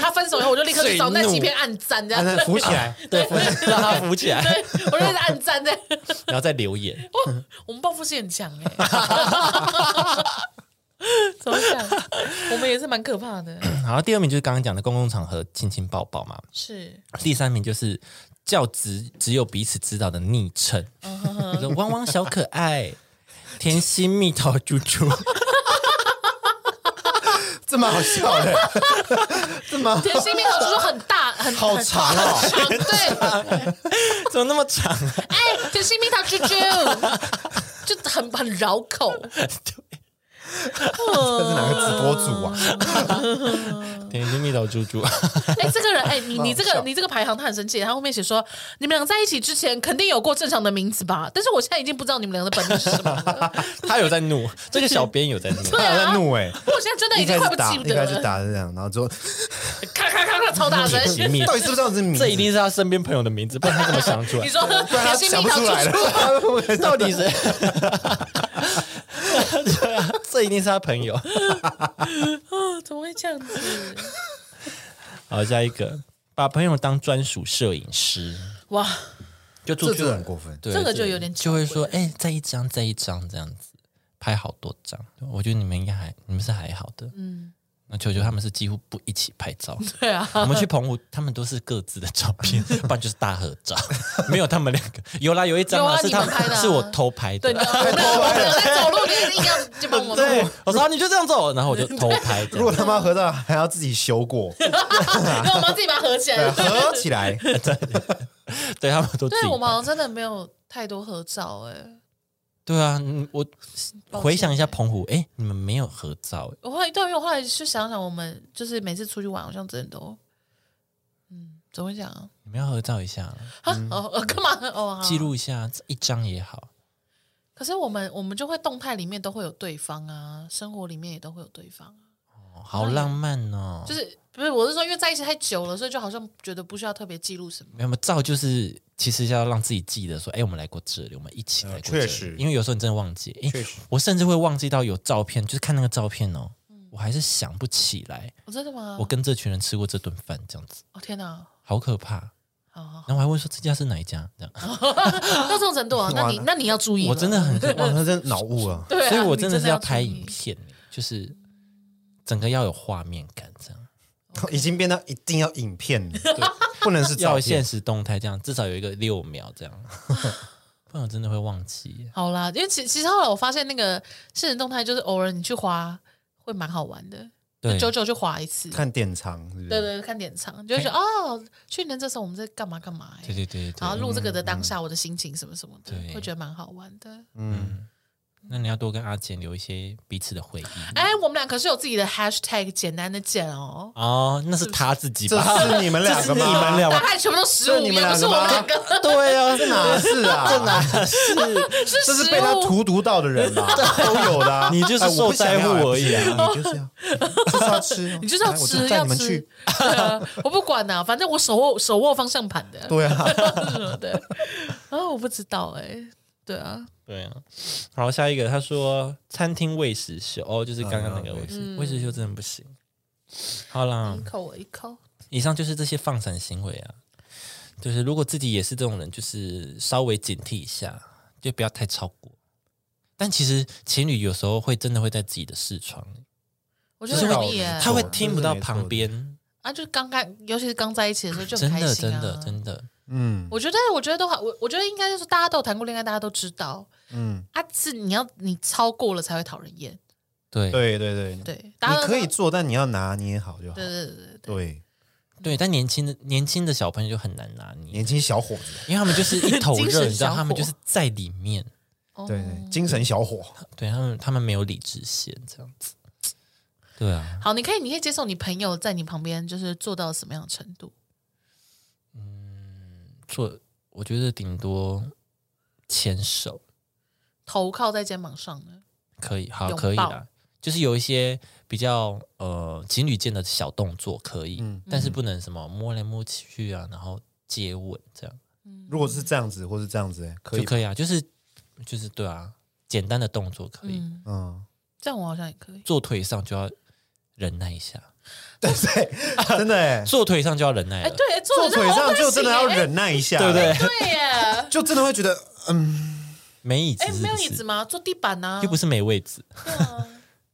Speaker 2: 他分手以后，我就立刻去找那
Speaker 1: 最怒
Speaker 2: 几篇暗赞，这
Speaker 1: (laughs)
Speaker 2: 样
Speaker 4: 按
Speaker 2: 对
Speaker 4: 那浮起来，
Speaker 1: 对，让他扶起来，
Speaker 2: 我就一直暗赞这样。
Speaker 1: 然后再留言。
Speaker 2: 哇，我们报复性很强哎、 (laughs) 怎么讲？我们也是蛮可怕的，
Speaker 1: 然后第二名就是刚刚讲的公共场合亲亲抱抱嘛，
Speaker 2: 是
Speaker 1: 第三名就是教职只有彼此知道的昵称，
Speaker 2: 嗯
Speaker 1: 比如说汪汪小可爱、甜心蜜桃猪
Speaker 2: (laughs)
Speaker 1: 猪，
Speaker 4: 这蛮好笑 (laughs) 的，这蛮
Speaker 2: 甜心蜜桃猪猪很大很
Speaker 4: 好
Speaker 2: 很
Speaker 4: 长哦。 (laughs)
Speaker 2: 长，对，
Speaker 1: 怎么那么长、啊？
Speaker 2: 哎，甜心蜜桃猪猪就很很绕口，
Speaker 4: 这是哪个直播主啊？
Speaker 1: 甜心蜜桃猪猪，
Speaker 2: 哎、这个人，哎、你你这个你这个排行，他很生气。他后面写说，你们俩在一起之前肯定有过正常的名字吧？但是我现在已经不知道你们俩的本名
Speaker 4: (laughs)
Speaker 2: 是什么了。
Speaker 1: 他有在怒，这个小编有在
Speaker 2: (laughs)
Speaker 1: 怒。
Speaker 2: 对
Speaker 4: 他有
Speaker 2: 啊
Speaker 4: 在，怒哎，
Speaker 2: 我现在真的
Speaker 4: 一
Speaker 2: 已经
Speaker 4: 开
Speaker 2: 快
Speaker 4: 始
Speaker 2: 不
Speaker 4: 打
Speaker 2: 记
Speaker 4: 一
Speaker 2: 得
Speaker 4: 开始
Speaker 2: 了，
Speaker 4: 打是这样，然后之后
Speaker 2: 咔咔咔咔超大
Speaker 4: (laughs)
Speaker 2: 声。
Speaker 1: 甜心蜜
Speaker 4: 到底是不是这样子？
Speaker 1: 这一定是他身边朋友的名字，不然他怎么想出来
Speaker 2: 你？说
Speaker 4: 不 (laughs) 啊然他
Speaker 2: 甜心
Speaker 4: 想
Speaker 2: 蜜
Speaker 4: 不
Speaker 2: 桃
Speaker 4: 出
Speaker 2: 猪
Speaker 4: 来
Speaker 2: 猪，
Speaker 4: 了，
Speaker 1: 到底谁？ (laughs) 对啊，这一定是他朋友。
Speaker 2: 啊怎么会这样子？
Speaker 1: 好，下一个，把朋友当专属摄影师，
Speaker 2: 哇，
Speaker 1: 就
Speaker 4: 这
Speaker 1: 出去
Speaker 4: 就很过分。
Speaker 1: 对
Speaker 2: 这个就有点
Speaker 1: 就会说，
Speaker 2: 巧
Speaker 1: 哎、再一张，再一张这样子，拍好多张。我觉得你们应该还，你们是还好的。
Speaker 2: 嗯，
Speaker 1: 那球球他们是几乎不一起拍照，
Speaker 2: (laughs) 对啊，
Speaker 1: 我们去澎湖，他们都是各自的照片，不然就是大合照， (laughs) 没有他们两个。有啦，有一张
Speaker 2: 有
Speaker 1: 啊
Speaker 2: 啊
Speaker 1: 是他们
Speaker 2: 你们拍的
Speaker 1: (laughs)
Speaker 2: 啊
Speaker 1: 是我偷拍
Speaker 2: 对，
Speaker 1: 的
Speaker 2: 你，知道吗我们我们在走路，你一定要就帮我么做？ (laughs)
Speaker 1: 对，我说啊你就这样做，然后我就偷拍这
Speaker 4: 如果
Speaker 1: 样。
Speaker 4: 他妈合照还要自己修过，
Speaker 2: 那我们要自己把它合起
Speaker 4: 对， (laughs)
Speaker 2: 来。
Speaker 4: 合起来，
Speaker 1: 对他们啊都自
Speaker 2: 啊对
Speaker 1: 己
Speaker 2: 我们
Speaker 1: 拍
Speaker 2: 好像真的没有太多合照哎、
Speaker 1: 对啊，嗯我
Speaker 2: 抱歉
Speaker 1: 回想一下澎湖，哎，你们没有合照，
Speaker 2: 我后来对，因为我后来就想想，我们就是每次出去玩，好像真的都，嗯，怎么讲啊？
Speaker 1: 你们要合照一下，
Speaker 2: 啊哦，呃干嘛？哦，好
Speaker 1: 嗯记。录一下，这一张也好。
Speaker 2: 可是我们我们就会动态里面都会有对方啊，生活里面也都会有对方、啊，
Speaker 1: 哦好浪漫哦！
Speaker 2: 就是不是我是说，因为在一起太久了，所以就好像觉得不需要特别记录什么。
Speaker 1: 没有没有照，就是其实要让自己记得说，哎，我们来过这里，我们一起来过这里。
Speaker 4: 嗯确实
Speaker 1: 因为有时候你真的忘记，哎
Speaker 4: 确实，
Speaker 1: 我甚至会忘记到有照片，就是看那个照片哦，
Speaker 2: 嗯
Speaker 1: 我还是想不起来，
Speaker 2: 哦、真的吗？
Speaker 1: 我跟这群人吃过这顿饭，这样子
Speaker 2: 哦天哪，
Speaker 1: 好可
Speaker 2: 嗯
Speaker 1: 怕。
Speaker 2: 好好，好
Speaker 1: 然后我还问说这家是哪一家，这样，
Speaker 2: 到这种程
Speaker 1: (laughs)
Speaker 2: 度啊，那你那你要注意了，
Speaker 1: 我真的很，
Speaker 4: 哇，他真的脑雾啊！
Speaker 2: (laughs) 对、啊，
Speaker 1: 所以我
Speaker 2: 你
Speaker 1: 真
Speaker 2: 真
Speaker 1: 的是要拍
Speaker 2: 注意
Speaker 1: 影，片，就是整个要有画面感，这样
Speaker 4: 已经变到一定要影片了，对不能是
Speaker 1: 要
Speaker 4: 照
Speaker 1: 有现
Speaker 4: 片。
Speaker 1: 实动态，这样至少有一个六秒这
Speaker 2: (laughs)
Speaker 1: 样， (laughs) 不然我真的会忘记。
Speaker 2: 好啦，因为其其实后来我发现那个现实动态，就是偶尔你去滑会蛮好玩的，
Speaker 1: 对，
Speaker 2: 久久去滑一次。
Speaker 4: 看典藏是不是？
Speaker 2: 对对，对看典藏，就会觉得哦，去年这时候我们在干嘛干嘛、欸，
Speaker 1: 对对对对
Speaker 2: 然后
Speaker 1: 对。
Speaker 2: 录这个的当下，我的心情什么什么的
Speaker 1: 对，
Speaker 2: 会觉得蛮好玩的。
Speaker 4: 嗯，
Speaker 1: 那你要多跟阿简留一些彼此的回忆。
Speaker 2: 哎，我们俩可是有自己的 hashtag 简单的简哦，
Speaker 1: 哦，那是他自己
Speaker 4: 这
Speaker 1: 吧？
Speaker 4: 是你们两个吗？
Speaker 1: 这是你们两
Speaker 2: 大
Speaker 1: 个
Speaker 2: 概全部都十
Speaker 4: 这
Speaker 2: 五
Speaker 4: 你们
Speaker 2: 页，不是我们
Speaker 4: 两
Speaker 2: 两
Speaker 4: 个
Speaker 2: 个，
Speaker 1: 对啊，
Speaker 4: 这哪是啊？ (laughs) 这哪
Speaker 2: 是
Speaker 4: (laughs) 这是
Speaker 2: 十
Speaker 4: 被他
Speaker 2: 五。
Speaker 4: 荼毒到的人
Speaker 2: (laughs)
Speaker 4: 吧？都有的啊，
Speaker 1: 你就是
Speaker 4: 哎我不
Speaker 1: 受灾
Speaker 4: 想要
Speaker 1: 户
Speaker 4: 哎
Speaker 1: 而已啊
Speaker 4: 不行你就是要，就是要吃哦，
Speaker 2: (laughs) 你就是要
Speaker 4: 来我
Speaker 2: 吃，
Speaker 4: 带
Speaker 2: 要
Speaker 4: 你们去
Speaker 2: 吃。， (laughs) 对啊我不管呐，反正我手握手握方向盘的，
Speaker 4: 对啊， (laughs)
Speaker 2: 什 (laughs) 么的。啊，我不知道哎，对啊，
Speaker 1: 对啊。然后下一个，他说餐厅喂食秀，哦，就是刚刚那个喂
Speaker 2: 嗯
Speaker 1: 食喂食秀真的不行。好啦
Speaker 2: 一，口我一口。
Speaker 1: 以上就是这些放闪行为啊，就是如果自己也是这种人，就是稍微警惕一下，就不要太超过。但其实情侣有时候会真的会在自己的视窗里，
Speaker 2: 我觉
Speaker 1: 就
Speaker 2: 得
Speaker 1: 是
Speaker 2: 很
Speaker 1: 会
Speaker 2: 容易耶，
Speaker 1: 他会听不到旁边，
Speaker 2: 啊，就是刚刚，尤其是刚在一起的时候就很
Speaker 1: 真
Speaker 2: 开
Speaker 1: 的
Speaker 2: 心
Speaker 1: 真
Speaker 2: 啊。
Speaker 1: 的真的，
Speaker 4: 嗯
Speaker 2: 我觉得，我觉得都好，我我觉得应该就是大家都有谈过恋爱，大家都知道
Speaker 4: 嗯，
Speaker 2: 啊，是你要你超过了才会讨人厌，
Speaker 1: 对
Speaker 4: 对对对，你
Speaker 2: 对，大家都
Speaker 4: 可以，做，但你要拿捏好就好
Speaker 2: 对。对对对对，
Speaker 4: 对，
Speaker 1: 对，但年轻的年轻的小朋友就很难拿捏
Speaker 4: 年。轻小伙子，
Speaker 1: 因为他们就是一
Speaker 2: (laughs)
Speaker 1: 头
Speaker 2: 精
Speaker 1: 热，
Speaker 2: 神
Speaker 1: 你知道，
Speaker 2: 小
Speaker 1: 他们
Speaker 2: 伙
Speaker 1: 就是在里面，
Speaker 2: 哦
Speaker 4: 对对，精神小伙，
Speaker 1: 对他们，他们没有理智线，这样子。对啊，
Speaker 2: 好，你可以，你可以接受你朋友在你旁边就是做到什么样的程度？
Speaker 1: 做我觉得顶多牵手
Speaker 2: 头靠在肩膀上呢？
Speaker 1: 可以，好
Speaker 2: 拥
Speaker 1: 可以
Speaker 2: 抱
Speaker 1: 啦，就是有一些比较呃情侣间的小动作可以，
Speaker 4: 嗯
Speaker 1: 但是不能什么摸来摸去啊，然后接吻这样
Speaker 4: 如果是这样子，或是这样子，欸可以
Speaker 1: 就，可以啊，就是就是对啊，简单的动作可以，
Speaker 2: 嗯，
Speaker 4: 嗯，
Speaker 2: 这样我好像也可以。
Speaker 1: 坐腿上就要忍耐一下，
Speaker 4: 对对，真的
Speaker 2: (laughs)
Speaker 4: 哎，
Speaker 1: 坐腿上就要忍耐
Speaker 2: 哎，
Speaker 1: 了，
Speaker 2: 对，坐
Speaker 4: 坐
Speaker 2: 着
Speaker 4: 腿上就真的要，
Speaker 2: 哦
Speaker 4: 忍耐一下，
Speaker 1: 对不对？？
Speaker 2: 不行耶对耶。
Speaker 4: 就真的会觉得，嗯，
Speaker 1: 没椅子
Speaker 2: 哎
Speaker 1: (laughs) 是，不
Speaker 2: 没有椅
Speaker 1: 是
Speaker 2: 子吗？坐地板呐？
Speaker 1: 又不是没位置。
Speaker 2: 对啊，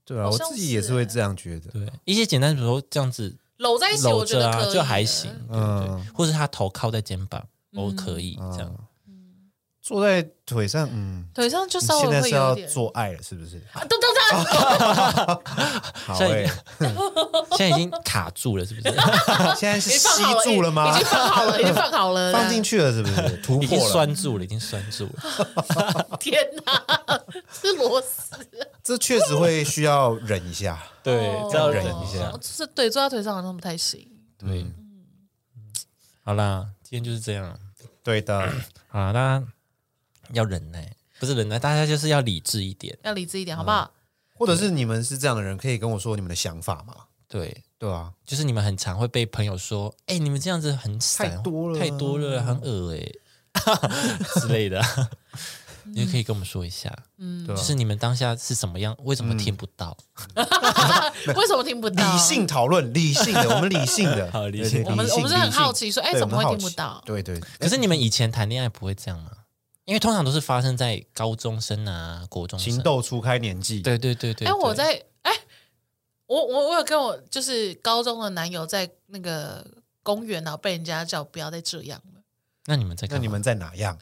Speaker 4: 对啊，
Speaker 2: 好
Speaker 4: 我
Speaker 2: 像
Speaker 4: 自己也
Speaker 2: 是欸
Speaker 4: 是会这样觉得，
Speaker 1: 对，一些简单，比如说这样子
Speaker 2: 搂在一起，
Speaker 1: 搂
Speaker 2: 我觉
Speaker 1: 着
Speaker 2: 得
Speaker 1: 啊，
Speaker 2: 可以
Speaker 1: 就还行，对对对
Speaker 4: 嗯？
Speaker 1: 或是他头靠在肩膀，哦，可以这样。
Speaker 4: 坐在腿上，嗯，
Speaker 2: 腿上就
Speaker 4: 你
Speaker 2: 稍
Speaker 4: 现
Speaker 2: 微
Speaker 4: 在
Speaker 2: 会
Speaker 4: 是
Speaker 2: 有
Speaker 4: 要
Speaker 2: 点。
Speaker 4: 做爱了，是不是？
Speaker 2: 啊等等等，
Speaker 4: 好欸
Speaker 1: 现在
Speaker 4: 哎
Speaker 1: 已，经现在已经卡住了，是不是？
Speaker 4: 现在是
Speaker 2: 你
Speaker 4: 吸
Speaker 2: 放好了，
Speaker 4: 住了吗
Speaker 2: 已？经放好了，已经放好了，
Speaker 4: (laughs) 放进。去了是
Speaker 1: (laughs)
Speaker 4: 不是？ (laughs) 突
Speaker 1: 已经
Speaker 4: 破了，
Speaker 1: 拴住了，已经拴住了。
Speaker 2: (laughs) 天哪，是螺丝，
Speaker 4: 这确实会需要忍一下。
Speaker 1: 对，这要忍一下
Speaker 2: 哦。就是对，坐在腿上好像不太行。
Speaker 1: 对，好啦，今天就是这样。
Speaker 4: 对
Speaker 1: (coughs)
Speaker 4: 的，
Speaker 1: 好啦，大家要忍耐，不是忍耐，大家就是要理智一点。
Speaker 2: 要理智一点，好不好？
Speaker 4: 或者是你们是这样的人，可以跟我说你们的想法吗？
Speaker 1: 对，
Speaker 4: 对啊，
Speaker 1: 就是你们很常会被朋友说，哎，你们这样子很散
Speaker 4: 太多了啊
Speaker 1: 太多了，很恶哎
Speaker 4: (laughs)
Speaker 1: 之类的， (laughs) 你就可以跟我们说一下。
Speaker 4: 对啊嗯
Speaker 1: 就是你们当下是什么样？为什么听不到？
Speaker 4: (laughs)
Speaker 2: (laughs) 为什么听不到？
Speaker 4: 理性讨论，理性
Speaker 1: (laughs)
Speaker 4: 的，我们理性的，
Speaker 1: 好理
Speaker 4: 对
Speaker 1: 性
Speaker 4: 对
Speaker 2: 我们
Speaker 4: 理性
Speaker 2: 我们是很
Speaker 4: 理性
Speaker 2: 好奇说哎
Speaker 4: 对
Speaker 2: 怎么
Speaker 4: 我们
Speaker 2: 会
Speaker 4: 好
Speaker 2: 听不
Speaker 4: 奇
Speaker 2: 到
Speaker 4: 对对，
Speaker 1: 可是你们以前谈恋爱不会这样吗？因为通常都是发生在高中生啊、国中生
Speaker 4: 情。窦初开年纪，
Speaker 1: 对对对对。
Speaker 2: 哎，
Speaker 1: 对
Speaker 2: 我在哎，我我我有跟我就是高中的男友在那个公园然后被人家叫不要再这样了。
Speaker 1: 那你们在干
Speaker 4: 那
Speaker 1: 嘛
Speaker 4: 你们在哪样？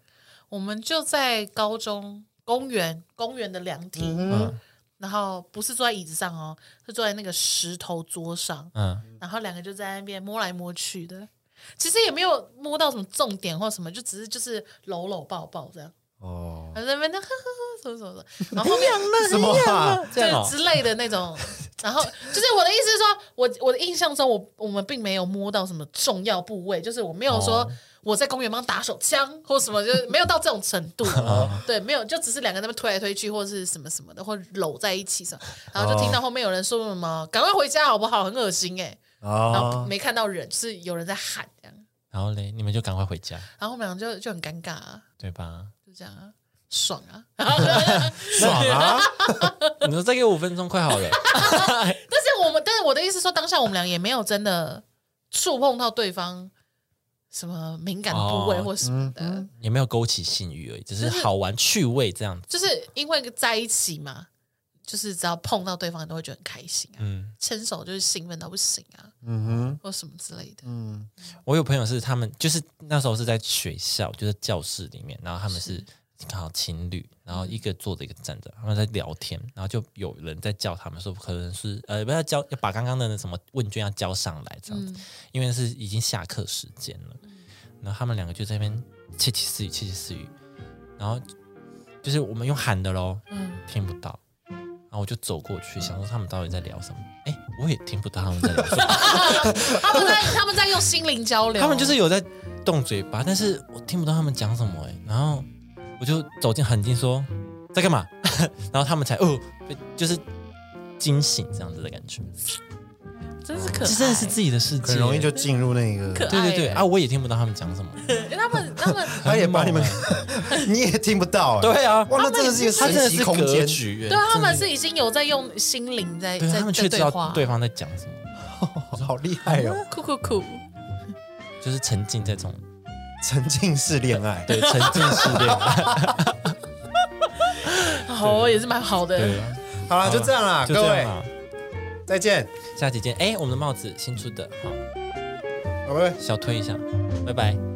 Speaker 2: 我们就在高中公园公园的凉亭，
Speaker 1: 嗯
Speaker 2: 然后不是坐在椅子上哦，是坐在那个石头桌上，
Speaker 1: 嗯，
Speaker 2: 然后两个就在那边摸来摸去的，其实也没有摸到什么重点或什么，就只是就是搂搂抱抱这样，
Speaker 4: 哦，
Speaker 1: 哎
Speaker 2: 然后在那边那呵呵呵什么什么的，然后后面
Speaker 4: 什么啊？
Speaker 2: (laughs)
Speaker 1: 这样
Speaker 2: 就
Speaker 1: 哦
Speaker 2: 是，之类的那
Speaker 1: (laughs)
Speaker 2: 种。然后就是我的意思是说，我我的印象中我，我们并没有摸到什么重要部位，就是我没有
Speaker 1: 哦
Speaker 2: 说我在公园帮打手枪或什么，就是没有到这种程
Speaker 1: (laughs)
Speaker 2: 度。
Speaker 1: 哦
Speaker 2: 对，没有，就只是两个在那边推来推去或是什么什么的，或搂在一起什么。
Speaker 1: 哦
Speaker 2: 然后就听到后面有人说什么“赶快回家好不好”，很恶心哎、然后
Speaker 1: (laughs)
Speaker 4: 哦，
Speaker 2: 没看到人，就是有人在喊这样。
Speaker 1: 然后嘞，你们就赶快回家，
Speaker 2: 然后我们俩就就很尴尬、啊，
Speaker 1: 对吧？ (laughs)
Speaker 2: 就这样啊，爽啊。
Speaker 4: 爽
Speaker 1: (laughs)
Speaker 4: 啊！
Speaker 1: 你说再给我五分钟，快好了，
Speaker 2: 但是我们，但是我的意思是说，当下我们俩也没有真的触碰到对方什么敏感的部位
Speaker 1: 哦
Speaker 2: 或什么的，
Speaker 1: 也没有勾起性欲而已，只是好玩趣味这样子。
Speaker 2: 就是因为在一起嘛，就是只要碰到对方，你都会觉得很开心啊，
Speaker 1: 嗯，
Speaker 2: 牵手就是兴奋到不行啊，
Speaker 4: 嗯哼，
Speaker 2: 或什么之类的。
Speaker 4: 嗯，
Speaker 1: 我有朋友是他们，就是那时候是在学校，就是教室里面，然后他们是好情侣，然后一个坐着一个站着，他们在聊天，然后就有人在叫他们说，可能是呃，不要交，要把刚刚的那什么问卷要交上来这样子，因为是已经下课时间了。然后他们两个就在那边窃窃私语，窃窃私语，然后就是我们用喊的喽，
Speaker 2: 嗯，
Speaker 1: 听不到。然后我就走过去，想说他们到底在聊什么？哎，我也听不到他们在聊什么。
Speaker 2: 他们在他们在用心灵交流，
Speaker 1: 他们就是有在动嘴巴，但是我听不到他们讲什么哎、然后我就走近很近说在干嘛， (laughs) 然后他们才哦，被就是惊醒这样子的感觉，
Speaker 2: 真是可
Speaker 1: 这
Speaker 2: 爱，
Speaker 1: 真的是自己的世界，
Speaker 4: 很容易就进入那
Speaker 2: 可
Speaker 4: 个，
Speaker 1: 对对对
Speaker 2: 爱欸
Speaker 1: 啊！我也听不到他们
Speaker 4: (laughs)
Speaker 1: 讲什么，
Speaker 2: 因为他们
Speaker 1: (laughs)
Speaker 2: 他们
Speaker 4: 他也把你们
Speaker 1: 很猛欸
Speaker 4: (laughs) 你也听不到，哎，
Speaker 1: 对啊，
Speaker 4: 哇，那真的是一个
Speaker 1: 他真
Speaker 4: 神
Speaker 1: 的
Speaker 4: 奇
Speaker 1: 是
Speaker 4: 空
Speaker 1: 格
Speaker 4: 间，
Speaker 1: 局欸，
Speaker 2: 对啊，他们
Speaker 1: 真的
Speaker 2: 是已经有在用心灵在
Speaker 1: 对
Speaker 2: 在
Speaker 1: 他们
Speaker 2: 在
Speaker 1: 却知
Speaker 2: 对
Speaker 1: 道
Speaker 2: 话，
Speaker 1: 对方在讲什么，
Speaker 4: 好厉害哦！
Speaker 2: 酷酷酷，
Speaker 1: 就是沉浸在这种
Speaker 4: 沉浸式恋爱，
Speaker 1: 对沉浸式恋爱，
Speaker 4: (laughs)
Speaker 2: 哦，也是蛮好的。
Speaker 1: 对啊，
Speaker 4: 好了，就这样啦，
Speaker 1: 就
Speaker 4: 各
Speaker 1: 这
Speaker 4: 位
Speaker 1: 样，啊。
Speaker 4: 再见，
Speaker 1: 下期见，哎，我们的帽子新出的，好，
Speaker 4: 拜拜。
Speaker 1: 小推一下，拜拜。